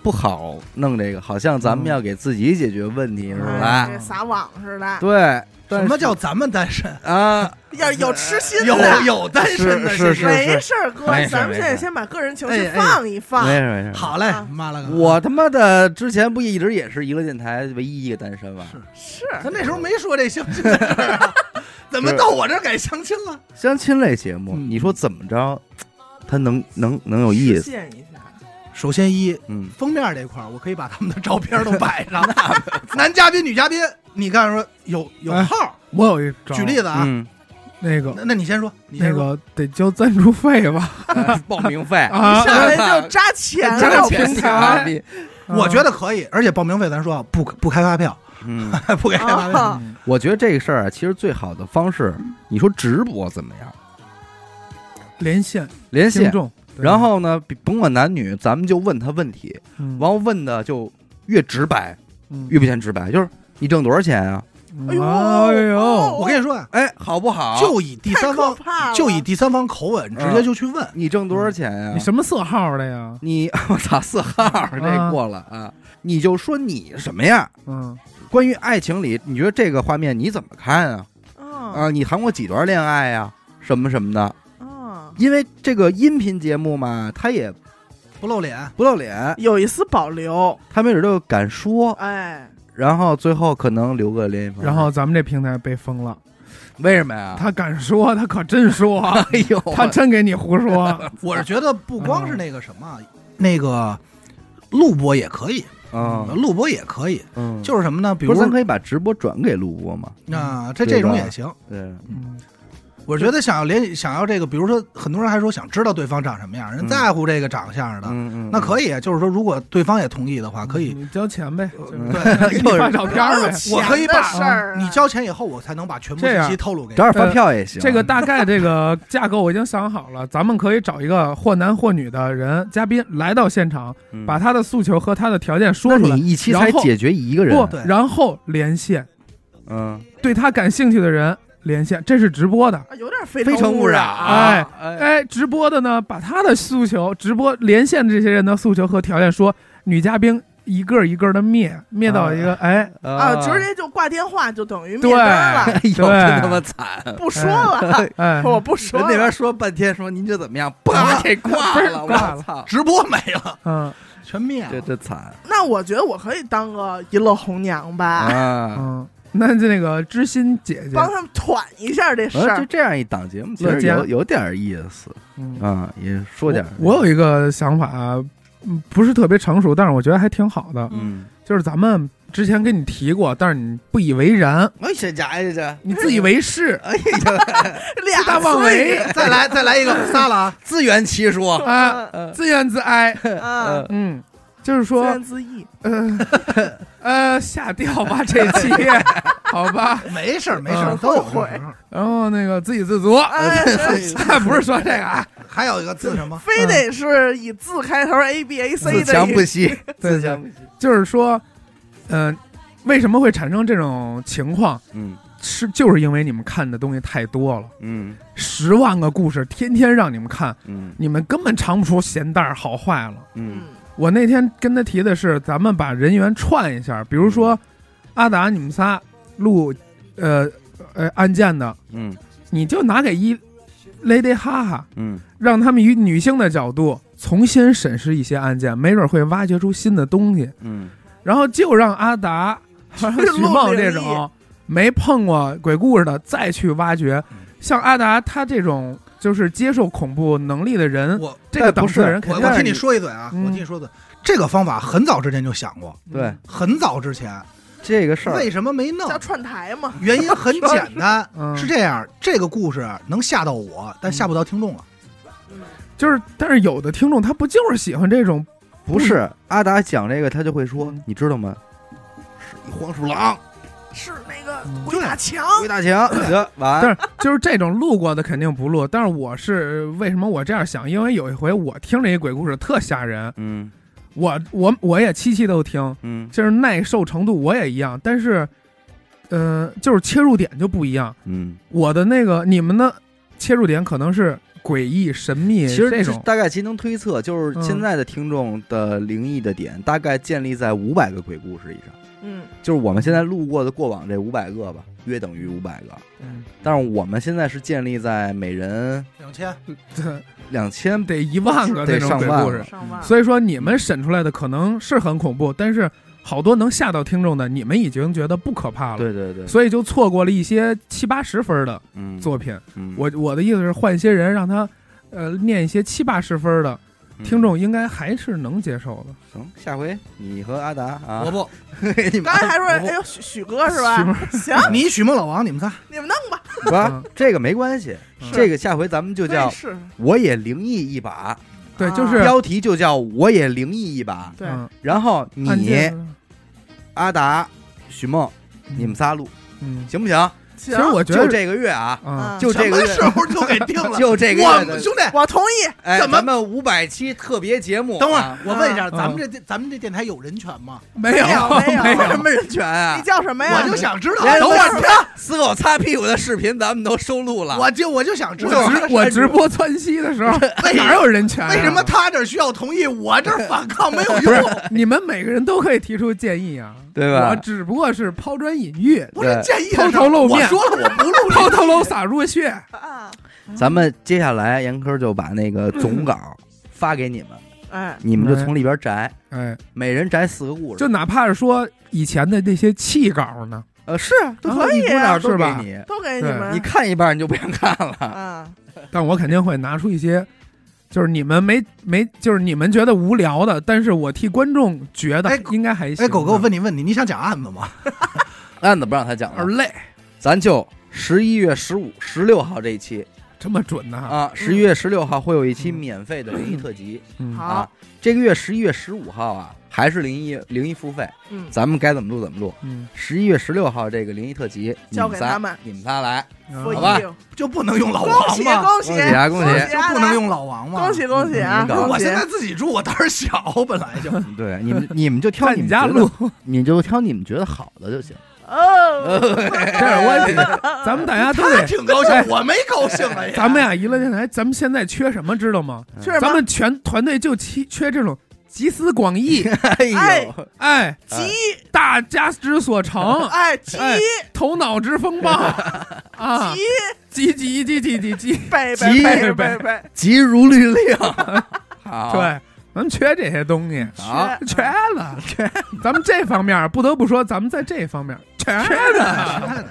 S2: 不好弄这个，好像咱们要给自己解决问题似
S1: 嗯
S2: 的。
S3: 这哎撒网似的，
S2: 对，
S5: 哎
S2: 但
S5: 什
S2: 是
S5: 么叫咱们单 身？
S2: 啊？
S3: 要有痴心
S5: 有
S3: 的。
S5: 有单身的
S2: 是
S5: 谢谢
S2: 是是
S3: 没事儿，哥
S2: 没，事
S3: 咱们
S2: 没
S3: 现在
S2: 事
S3: 先把个人情
S5: 哎
S3: 绪
S5: 哎
S3: 放一放。
S2: 没事没事。
S5: 好嘞
S3: 啊，
S5: 骂了个
S2: 我他妈的之前不一直也是娱乐电台唯一一个单身吗？
S5: 是
S3: 是，
S5: 咱那时候没说这相亲的事儿啊， 怎么到我这儿改相亲了？
S2: 相亲类节目，
S5: 嗯
S2: 你说怎么着，它能能能有意
S3: 实
S2: 思？
S3: 现一下。
S5: 首先一
S2: 嗯，
S5: 封面这块儿，我可以把他们的照片都摆 上， 男嘉宾、女嘉宾，你看说有有
S1: 哎
S2: 啊
S5: 号，
S1: 我有一招，
S5: 举例子啊，
S2: 嗯，
S1: 那个
S5: 那那你先说，你先
S1: 那
S5: 说，
S1: 个得交赞助费吧？
S2: 报名费
S1: 啊，
S3: 上来就扎钱
S1: 扎
S3: 了，
S1: 钱
S3: 平
S2: 啊
S3: 台。
S1: 啊
S5: 我觉得可以，而且报名费咱说啊，不不开发票，
S2: 嗯，
S5: 不给开发票，
S3: 啊，
S1: 嗯
S2: 我觉得这个事儿啊，其实最好的方式，你说直播怎么样？
S1: 连线
S2: 连
S1: 听
S2: 线，
S1: 众，对
S2: 然后呢，比甭管男女，咱们就问他问题，
S1: 嗯
S2: 然后问的就越直白，
S1: 嗯
S2: 越不嫌直白，就是你挣多少钱啊？
S1: 嗯
S3: 哎呦
S1: 哎呦，
S3: 哦
S5: 我跟你说啊，
S2: 哎，好不好？
S5: 就以第
S3: 啊太
S5: 三
S3: 可
S5: 方
S3: 怕了！
S5: 就以第三方口吻直接就去问，
S2: 嗯你挣多少钱呀、
S1: 你什么色号的呀？
S2: 你 我操四号这过了啊！你就说你什么样？
S1: 嗯，
S2: 关于爱情里，你觉得这个画面你怎么看啊？
S3: 啊
S2: 啊，你谈过几段恋爱呀、什么什么的？
S3: 啊，
S2: 因为这个音频节目嘛，他也
S5: 不露脸，
S2: 不露脸，
S3: 有一丝保留。
S2: 他没准就敢说，
S3: 哎，
S2: 然后最后可能留个联系方式。
S1: 然后咱们这平台被封了，
S2: 为什么呀？
S1: 他敢说，他可真说，
S2: 哎呦，
S1: 他真给你胡说。
S5: 我是觉得不光是那个什么，啊那个录播也可以，
S2: 嗯
S5: 录播也可以，
S2: 嗯，
S5: 就是什么呢？比
S2: 不
S5: 如
S2: 是咱可以把直播转给录播嘛？
S5: 啊，这
S2: 对
S5: 这种
S2: 吧
S5: 也行。
S2: 对，
S1: 嗯，
S5: 我觉得想要联想要这个，比如说很多人还说想知道对方长什么样，人
S2: 嗯
S5: 在乎这个长相的，
S2: 嗯嗯，
S5: 那可
S2: 以，
S5: 以，啊就是说如果对方也同意的话，啊可以。呃
S1: 你交钱呗，
S2: 嗯
S5: 对，
S1: 你
S2: 又
S1: 发
S2: 是
S1: 照片 儿呗。
S5: 我可以把
S3: 钱的事儿啊
S5: 你交钱以后，我才能把全部
S1: 这
S5: 信
S1: 样
S5: 息透露给你
S2: 找。点发票也行。
S1: 这个大概这个架构我已经想好了，咱们可以找一个或男或女的人嘉宾来到现场，
S2: 嗯
S1: 把他的诉求和他的条件说
S2: 那
S1: 出来，
S2: 你一期
S1: 然
S2: 才
S1: 后
S2: 解决一个人，
S1: 不
S5: 对，
S1: 然后连线，
S2: 嗯，
S1: 对他感兴趣的人连线，这是直播的。
S3: 啊有点非
S2: 非诚勿
S3: 勿啊
S2: 扰，
S1: 哎
S2: 哎，
S1: 哎，直播的呢，把他的诉求，直播连线这些人的诉求和条件说，女嘉宾一个一个的灭，灭到一个、哎，
S3: 啊，直接就挂电话，就等于
S1: 对
S3: 灭单了，
S2: 哎呦，
S1: 对
S2: 真他妈惨！
S3: 不说了，
S1: 哎，
S3: 我不说
S2: 人
S3: 了。
S2: 那边说半天，说您这怎么样？啪，给挂了，
S1: 不是挂了
S2: 我操！
S5: 直播没了，
S1: 嗯
S5: 全灭
S2: 这
S5: 了。
S2: 这惨
S3: 那我觉得我可以当个一乐红娘吧，
S2: 啊！
S1: 嗯，那就那个知心姐姐，
S3: 帮他们团一下 这事
S2: 呃，就
S3: 儿。
S2: 这样一档节目，其
S1: 乐
S2: 实
S1: 嘉
S2: 有有点意思
S1: 嗯，
S2: 啊，也说点儿。
S1: 我我有一个想法，嗯，不是特别成熟，但是我觉得还挺好的，
S2: 嗯
S1: 就是咱们之前跟你提过，但是你不以为然，
S2: 哎，这家伙这，，
S1: 你自以为是
S2: 哎呀，
S3: 俩
S1: 大妄为
S5: 再来再来一个，仨了啊！
S2: 自圆其说，
S1: 啊，自怨自哀。
S3: 啊，
S1: 嗯，就是
S3: 自
S1: 说
S3: 怨，自艾，
S1: 嗯，呃，下掉吧这期， 好吧。
S5: 没事儿没事儿，
S1: 嗯
S5: 都有
S3: 后悔
S5: 这种事儿
S1: 然后那个自给自足，
S3: 哎，
S5: 呃
S1: 不是说这个啊，
S5: 还有一个字什么？
S3: 非得是以字开头 A B A
S2: 自
S3: C 的
S2: 强
S3: 一
S2: 不息，
S1: 对对
S2: 自强不息，
S1: 就是说，嗯、为什么会产生这种情况？
S2: 嗯
S1: 是就是因为你们看的东西太多了，
S2: 嗯
S1: 十万个故事，天天让你们看，
S2: 嗯
S1: 你们根本尝不出咸淡好坏了。
S2: 嗯
S3: 嗯，
S1: 我那天跟他提的是，咱们把人员串一下，比如说阿达，你们仨录，呃呃案件的，
S2: 嗯
S1: 你就拿给一 lady 哈哈，
S2: 嗯
S1: 让他们以女性的角度重新审视一些案件，没准会挖掘出新的东西。
S2: 嗯
S1: 然后就让阿达、 像许梦这种没碰过鬼故事的再去挖掘，像阿达他这种就是接受恐怖能力的人，
S5: 我
S1: 这个档次的人嗯肯
S5: 我
S1: 定
S5: 哎我
S1: 是
S5: 听你说一嘴啊，
S1: 嗯
S5: 我听你说一嘴，这个方法很早之前就想过，
S2: 对
S5: 很早之前
S2: 这个事儿
S5: 为什么没弄？
S3: 叫串台嘛，
S5: 原因 很简单，
S1: 嗯
S5: 是这样，这个故事能吓到我，但吓不到听众了。
S1: 就是，但是有的听众他不就是喜欢这种
S2: 不是阿达讲这个，他就会说
S1: 嗯，
S2: 你知道吗？是一黄鼠狼，
S3: 是那个
S1: 嗯
S3: 鬼打墙，
S2: 鬼打墙，得完
S1: 但，是就是这种路过的肯定不录，但是我是为什么我这样想？因为有一回我听了一鬼故事特吓人，
S2: 嗯
S1: 我我我也七期都听，
S2: 嗯
S1: 就是耐受程度我也一样，但是，呃，就是切入点就不一样。
S2: 嗯，
S1: 我的那个你们的切入点可能是诡异、神秘
S2: 其实
S1: 这
S2: 这
S1: 种，
S2: 大概其实能推测，就是
S1: 嗯
S2: 现在的听众的灵异的点，大概建立在五百个鬼故事以上，
S3: 嗯，
S2: 就是我们现在路过的过往这五百个吧，约等于五百个。
S1: 嗯，
S2: 但是我们现在是建立在每人
S5: 两千，
S1: 这
S2: 两千，
S1: 得一万个那
S2: 得
S1: 种
S2: 上
S1: 鬼
S2: 万
S1: 故
S2: 了
S1: 事。
S3: 上万，
S1: 所以说你们审出来的可能是很恐怖，但是好多能吓到听众的，你们已经觉得不可怕了。
S2: 对对对，
S1: 所以就错过了一些七八十分的
S2: 嗯，
S1: 作品。
S2: 嗯
S1: 我我的意思是，换一些人让他，呃，念一些七八十分的，
S2: 嗯
S1: 听众应该还是能接受的。
S2: 行，下回你和阿达啊，
S5: 我不，
S2: 你们
S3: 刚才还说，
S5: 我不
S3: 哎呦，许许哥是吧
S1: 许？
S3: 行，
S5: 你许梦老王，你们仨
S3: 你们弄吧，
S2: 不是这个没关系，
S1: 嗯
S2: 这个下回咱们就叫
S3: 对是，
S2: 我也灵异一把，
S1: 对，
S3: 啊
S1: 就是
S2: 标题就叫我也灵异一把，
S3: 对，
S1: 嗯
S2: 然后你
S1: 按键
S2: 阿达、许梦，你们仨录
S1: 嗯，
S2: 行不行？
S1: 其
S3: 行
S1: 实我觉
S2: 就
S1: 得
S2: 这个月啊，
S1: 啊，
S2: 就这个
S5: 什么时
S2: 月，
S5: 候就给定了？
S2: 就这个
S5: 我
S2: 月
S5: 们
S2: 的，
S5: 兄弟，
S3: 我同意，
S2: 哎，
S5: 怎么
S2: 咱们五百期特别节目啊，
S5: 等会儿我问一下，
S1: 啊
S5: 咱们这咱们这电台有人权吗？
S1: 没
S3: 有没有
S1: 没
S2: 有什么人权啊
S3: 你？叫什么呀？
S5: 我就想知道。
S2: 哎
S5: 等会
S2: 等
S5: 儿
S2: 会
S5: 停，
S2: 死狗擦屁股的视频咱们都收录了，
S5: 我就我就想知
S1: 我
S5: 道
S1: 直我直播窜稀的时候，
S5: 为
S1: 哪有人权啊、
S5: 为什么他这儿需要同意，我这儿反抗没有
S1: 不
S5: 用
S1: 是？你们每个人都可以提出建议啊？
S2: 对吧
S1: 我只不过是抛砖引玉，
S5: 不是
S2: 对
S5: 建议
S1: 抛头露面
S5: 我说了 我不录
S1: 抛头颅洒热血。
S3: 啊，
S2: 咱们接下来严科就把那个总稿发给你们，
S3: 哎，
S2: 你们就从里边摘，
S1: 哎，
S2: 每人摘四个故事。
S1: 就哪怕是说以前的那些弃稿呢，
S2: 呃是啊，
S3: 都可以
S2: 一股脑都
S1: 是
S2: 给
S1: 吧
S2: 你，
S3: 都给你
S1: 对
S3: 们，
S2: 你看一半你就不想看了。
S3: 啊，
S1: 但我肯定会拿出一些，就是你们没没，就是你们觉得无聊的，但是我替观众觉得
S5: 哎
S1: 应该还行。啊
S5: 哎，狗哥，我，问你问题，你想讲案子吗？
S2: 案子不让他讲
S1: 有
S2: 了，
S1: 点累，
S2: 咱就十一月十五、十六号这一期
S1: 这么准呢、
S2: 啊，十一月十六号会有一期免费的灵异特辑
S1: 嗯
S3: 好
S2: 啊。这个月十一月十五号啊，还是灵异灵异付费，
S3: 嗯，
S2: 咱们该怎么录怎么录。
S1: 嗯，
S2: 十一月十六号这个灵异特辑，你
S3: 交
S2: 们
S3: 给
S2: 仨
S3: 他们，
S2: 你们仨来，
S1: 嗯
S3: 不
S1: 啊
S3: 一
S2: 好吧
S3: 定
S5: 就不能用老
S3: 恭
S5: 王
S3: 喜
S5: 吗？
S3: 恭喜
S2: 恭喜啊恭喜
S3: 喜
S5: 就
S3: 啊，
S5: 不能用老王吗？
S3: 恭喜恭喜啊！
S2: 嗯嗯
S5: 我
S3: 恭喜
S5: 现在自己住，我胆儿小，本来就。
S2: 对，你们你们就挑
S1: 在你
S2: 你们
S1: 家
S2: 觉得
S1: 录，
S2: 你就挑你们觉得好的就行。
S3: 哦，
S1: 这样我也得， 咱们大家都
S5: 他
S1: 得，
S5: 挺高兴
S1: 哎，
S5: 我没高兴啊。也
S1: 咱们呀，娱乐电台，咱们现在缺什么知道吗？
S3: 是吗
S1: 咱们全团队就缺缺这种集思广益，
S2: 哎
S3: 哎
S2: 呦，
S1: 哎，
S3: 急
S1: 大家之所长，
S3: 哎急
S1: 哎头脑之风暴 啊，
S3: 急
S1: 急急急急急急，
S3: 背背
S2: 急
S1: 呗
S3: 背背背，
S2: 急如律 令。好，
S1: 对，咱们缺这些东西，
S2: 好，
S1: 缺了，缺。咱们这方面不得不说，咱们在这方面缺了，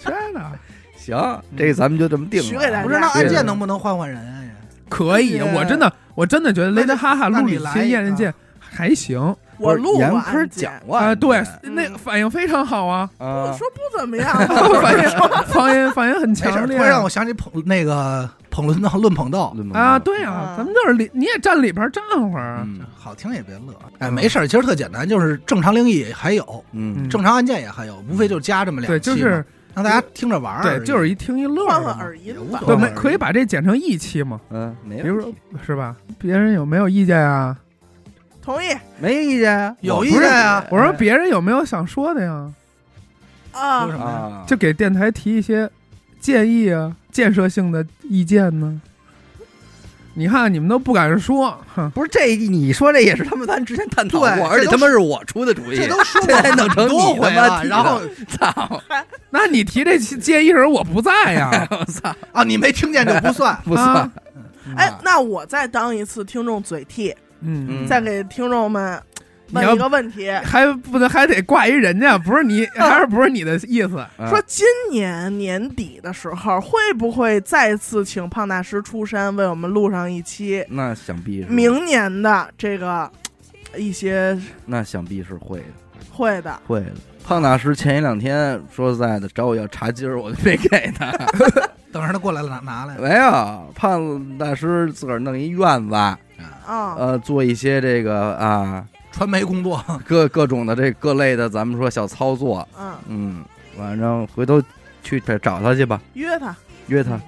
S1: 缺了，
S2: 行，这咱们就这么定了。
S3: 许给大家
S5: 不是，那
S2: 对
S5: 案件能不能换换人啊？也
S1: 可以。
S2: 对
S1: 我真的，我真的觉得雷德哈哈
S5: 那
S1: 录
S5: 你
S1: 里
S5: 来
S1: 新
S5: 一
S1: 验
S5: 个
S1: 人界还行，
S3: 我录啊过
S2: 严
S3: 案
S2: 科
S3: 件
S2: 讲过
S1: 啊，对，
S3: 嗯
S1: 那反应非常好 啊，
S3: 我
S2: 啊，
S3: 说不怎么样
S1: 反应反应反应很
S5: 没事儿，
S1: 强
S5: 突
S1: 烈啊
S5: 然让我想起捧那个捧论道论捧逗，
S2: 论文
S1: 啊，对啊
S5: 嗯
S3: 啊，
S1: 咱们就是里你也站里边站会儿啊，
S2: 嗯
S5: 好听也别乐。哎，没事儿，其实特简单，就是正常灵异还有，
S2: 嗯
S1: 嗯
S5: 正常案件也还有，无非就加这么两
S1: 对，
S5: 期
S1: 就
S5: 嘛
S1: 是
S5: 让大家听着玩儿而已。
S1: 对，就是一听一乐
S3: 换
S1: 儿
S3: 换
S1: 嘛，
S3: 耳音
S5: 也无
S3: 吧
S5: 所。
S1: 对，
S5: 换
S1: 没
S5: 换耳
S1: 可以把这剪成一期嘛，
S2: 嗯，没
S1: 比
S2: 问
S1: 如
S2: 题
S1: 说是吧？别人有没有意见啊？
S5: 呃
S3: 同意
S2: 没意见啊，
S5: 有
S2: 我
S5: 意
S2: 不是哎
S5: 见啊
S1: 我说别人有没有想说的呀？
S3: 啊
S5: 说什，么呀？
S2: 啊，
S1: 就给电台提一些建议啊，建设性的意见呢。你看，你们都不敢说，哼，
S2: 不是这你说这也是他们咱之前探讨过，
S5: 对
S2: 而且
S5: 这都
S2: 他妈是我出的主意，
S5: 这都 说
S2: 现在弄
S5: 过
S2: 成你
S5: 多回
S2: 他妈
S5: 了，
S2: 提的
S5: 然后
S2: 操，
S1: 那你提这建议时候我不在 呀，
S2: 我操，
S5: 啊，你没听见就不算
S2: 。不算
S1: 啊，
S3: 哎，那我再当一次听众嘴替，
S1: 嗯，
S2: 嗯
S3: 再给听众们
S1: 你
S3: 问
S1: 要嗯
S3: 一个问题：
S1: 还不能还得挂一人家，不是 你，还是不是你的意思？
S3: 说今年年底的时候，会不会再次请胖大师出山为我们录上一期
S2: 那想必是
S3: 明年的这个嘖一些
S2: 那想必是会的。
S3: 会的？
S2: 会的。胖大师前一两天说实在的找我要茶几儿，我就没给他。
S5: 等着他过来了拿拿来。
S2: 没有，胖大师自个儿弄一院子，
S3: 啊、
S2: 呃，做一些这个啊
S5: 传媒工作，
S2: 各各种的这各类的，咱们说小操作。
S3: 嗯，
S2: 嗯，反正回头去找找他去吧，
S3: 约他
S2: 约他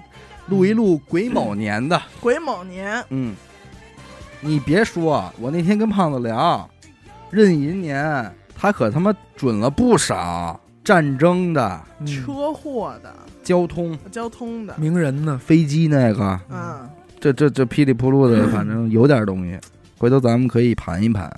S2: 录一录癸卯年的。
S3: 癸卯年，
S2: 嗯，你别说，我那天跟胖子聊，壬寅年他可他妈准了不少战争的、
S1: 嗯
S3: 车祸的、
S2: 交通、
S3: 交通的，
S1: 名人呢？
S2: 飞机那个。
S3: 嗯，
S2: 这这这噼里扑噜的，反正有点东西，回头咱们可以盘一盘。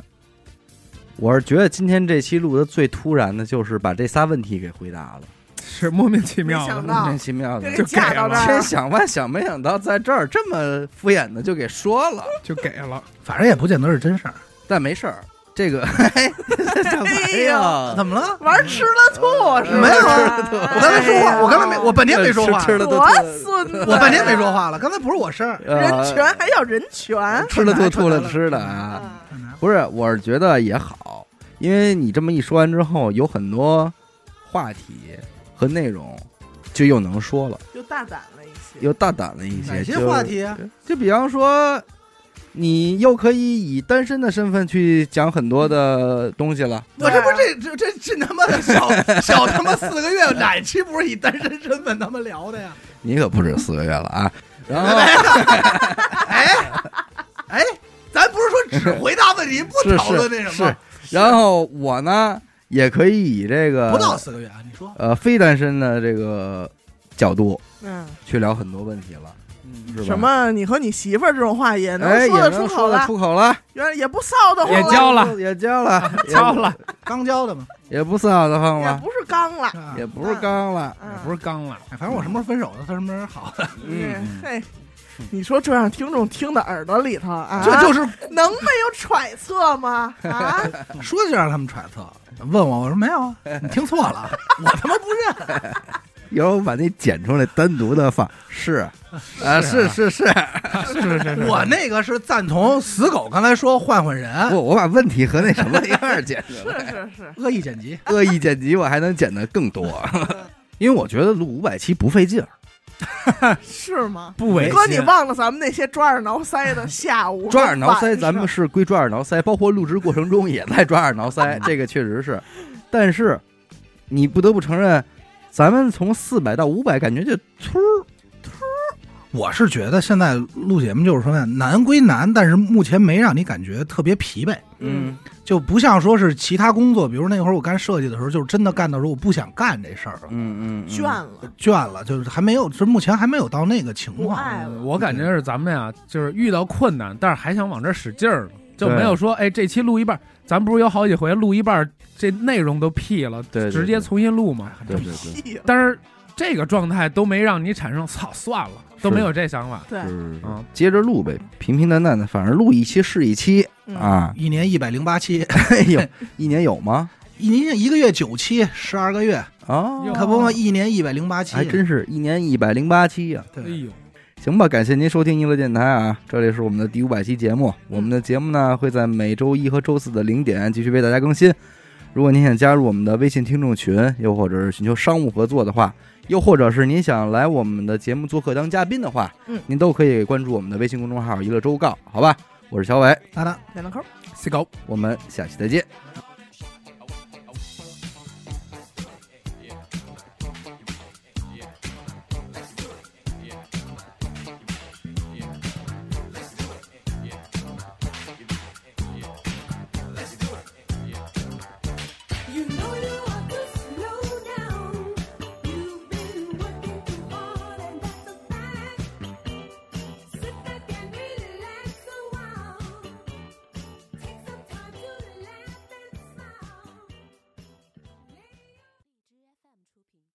S2: 我是觉得今天这期录的最突然的就是把这仨问题给回答了，
S1: 是莫名其妙
S3: 没想
S1: 的。
S3: 到
S2: 莫名其妙的
S3: 这
S1: 就
S3: 给
S1: 给
S3: 架到
S1: 了
S3: 这儿
S2: 千
S3: 了，
S2: 想万想，没想到在这儿这么敷衍的就给说了，
S1: 就给了，
S5: 反正也不见得是真事儿。
S2: 但没事儿，这个， 哎呀，
S5: 怎么了？
S3: 玩吃了吐是吧？哎
S5: 没有
S2: 啊
S5: 我刚才说话，我刚才没，我半天没说话，
S2: 吃了
S3: 多孙子呀，
S5: 我半天没说话了。刚才不是我事儿，
S2: 人
S3: 人权还要人
S5: 啊
S3: 权，
S2: 吃了吐吐了吃的呃啊。
S3: 啊
S2: 不是，我是觉得也好，因为你这么一说完之后，有很多话题和内容就又能说了，
S3: 又大胆了一些，
S2: 又大胆了一些。
S5: 哪些
S2: 就
S5: 话？题啊？
S2: 就比方说，你又可以以单身的身份去讲很多的东西了。
S5: 我这不是
S2: 啊
S5: 这这这这他妈的小小他妈四个月，哪期不是以单身身份他妈聊的呀？
S2: 你可不止四个月了 啊！然后
S5: 哎，咱不是说只回答问题，不
S2: 是
S5: 讨论那
S2: 是
S5: 什么
S2: 是，，然后我呢也可以以这个
S5: 不到四个月啊？你说
S2: 呃非单身的这个角度
S3: 嗯。
S2: 去聊很多问题了，是吧？
S3: 什么？你和你媳妇儿这种话也能
S2: 哎，也
S3: 说得
S2: 能
S3: 出
S2: 说
S3: 口
S2: 得
S3: 了，
S2: 出口了。
S3: 原来也不臊得慌
S1: 也交
S3: 了，
S1: 了，
S2: 也交了，
S1: 交了，
S5: 刚交的嘛？
S2: 也，也不臊得慌
S3: 也
S2: 了，
S3: 不是刚 了，
S5: 啊
S2: 也不是刚了，
S3: 嗯，
S1: 不是刚了，
S5: 哎反正我什么时候分手的，他什么时候好的，
S2: 嗯，
S3: 嘿，你说这让听众听到耳朵里头啊，
S5: 这就是
S3: 能没有揣测吗？啊，
S5: 说就让他们揣测。问我，我说没有啊，你听错了，我他妈不 认。
S2: 一会儿我把那剪出来单独的放，是，啊，是是是，
S1: 是是是，
S5: 我那个是赞同死狗刚才说换换人，
S2: 我我把问题和那什么一块儿剪 出来，
S3: 是是是，
S5: 恶意剪辑。
S2: 恶意剪辑我还能剪的更多， 因为我觉得录五百期不费劲儿，
S3: 是吗？
S1: 不啊违
S3: 哥，你
S1: 心，
S3: 忘了咱们那些抓耳挠腮的下午
S2: 哎抓耳挠腮，
S3: 晚上
S2: 咱们是归抓耳挠腮，包括录制过程中也在抓耳挠腮，这个确实是，但是你不得不承认，咱们从四百到五百，感觉就突儿
S5: 我是觉得现在录节目就是说呢，难归难，但是目前没让你感觉特别疲惫，
S3: 嗯
S5: 就不像说是其他工作，比如那会儿我干设计的时候，就是真的干到说我不想干这事儿了，
S2: 嗯嗯，
S3: 倦了，
S5: 倦了，就是还没有，这目前还没有到那个情
S3: 不
S5: 况。
S3: 爱
S2: 嗯
S3: 了，
S1: 我感觉是咱们呀，就是遇到困难，但是还想往这儿使劲儿呢，就没有说，哎，这期录一半儿，咱不是有好几回录一半儿，这内容都屁了，
S2: 对对对
S1: 直接重新录嘛。
S2: 对对 对，
S3: 屁了
S1: 但是这个状态都没让你产生操算了，都没有这想法。
S3: 对，
S2: 是
S1: 嗯，
S2: 接着录呗，平平淡淡的，反正录一期是一期
S3: 嗯，
S2: 啊。
S5: 一年一百零八期，
S2: 哎呦，一年有吗？
S5: 一年一个月九期，十二个月，
S2: 啊，
S1: 哟
S5: 可不嘛，一年一百零八期，
S2: 还真是一年一百零八期呀。啊
S1: 哎
S5: 对。
S1: 呦，
S2: 行吧，感谢您收听娱乐电台啊，这里是我们的第五百期节目。我们的节目呢会在每周一和周四的零点继续为大家更新。如果您想加入我们的微信听众群，又或者是寻求商务合作的话，又或者是您想来我们的节目做客当嘉宾的话，
S3: 嗯
S2: 您都可以关注我们的微信公众号“娱乐周告”，好吧？我是小伟，
S5: 好的，
S3: 点了扣。
S1: 西高。
S2: 我们下期再见。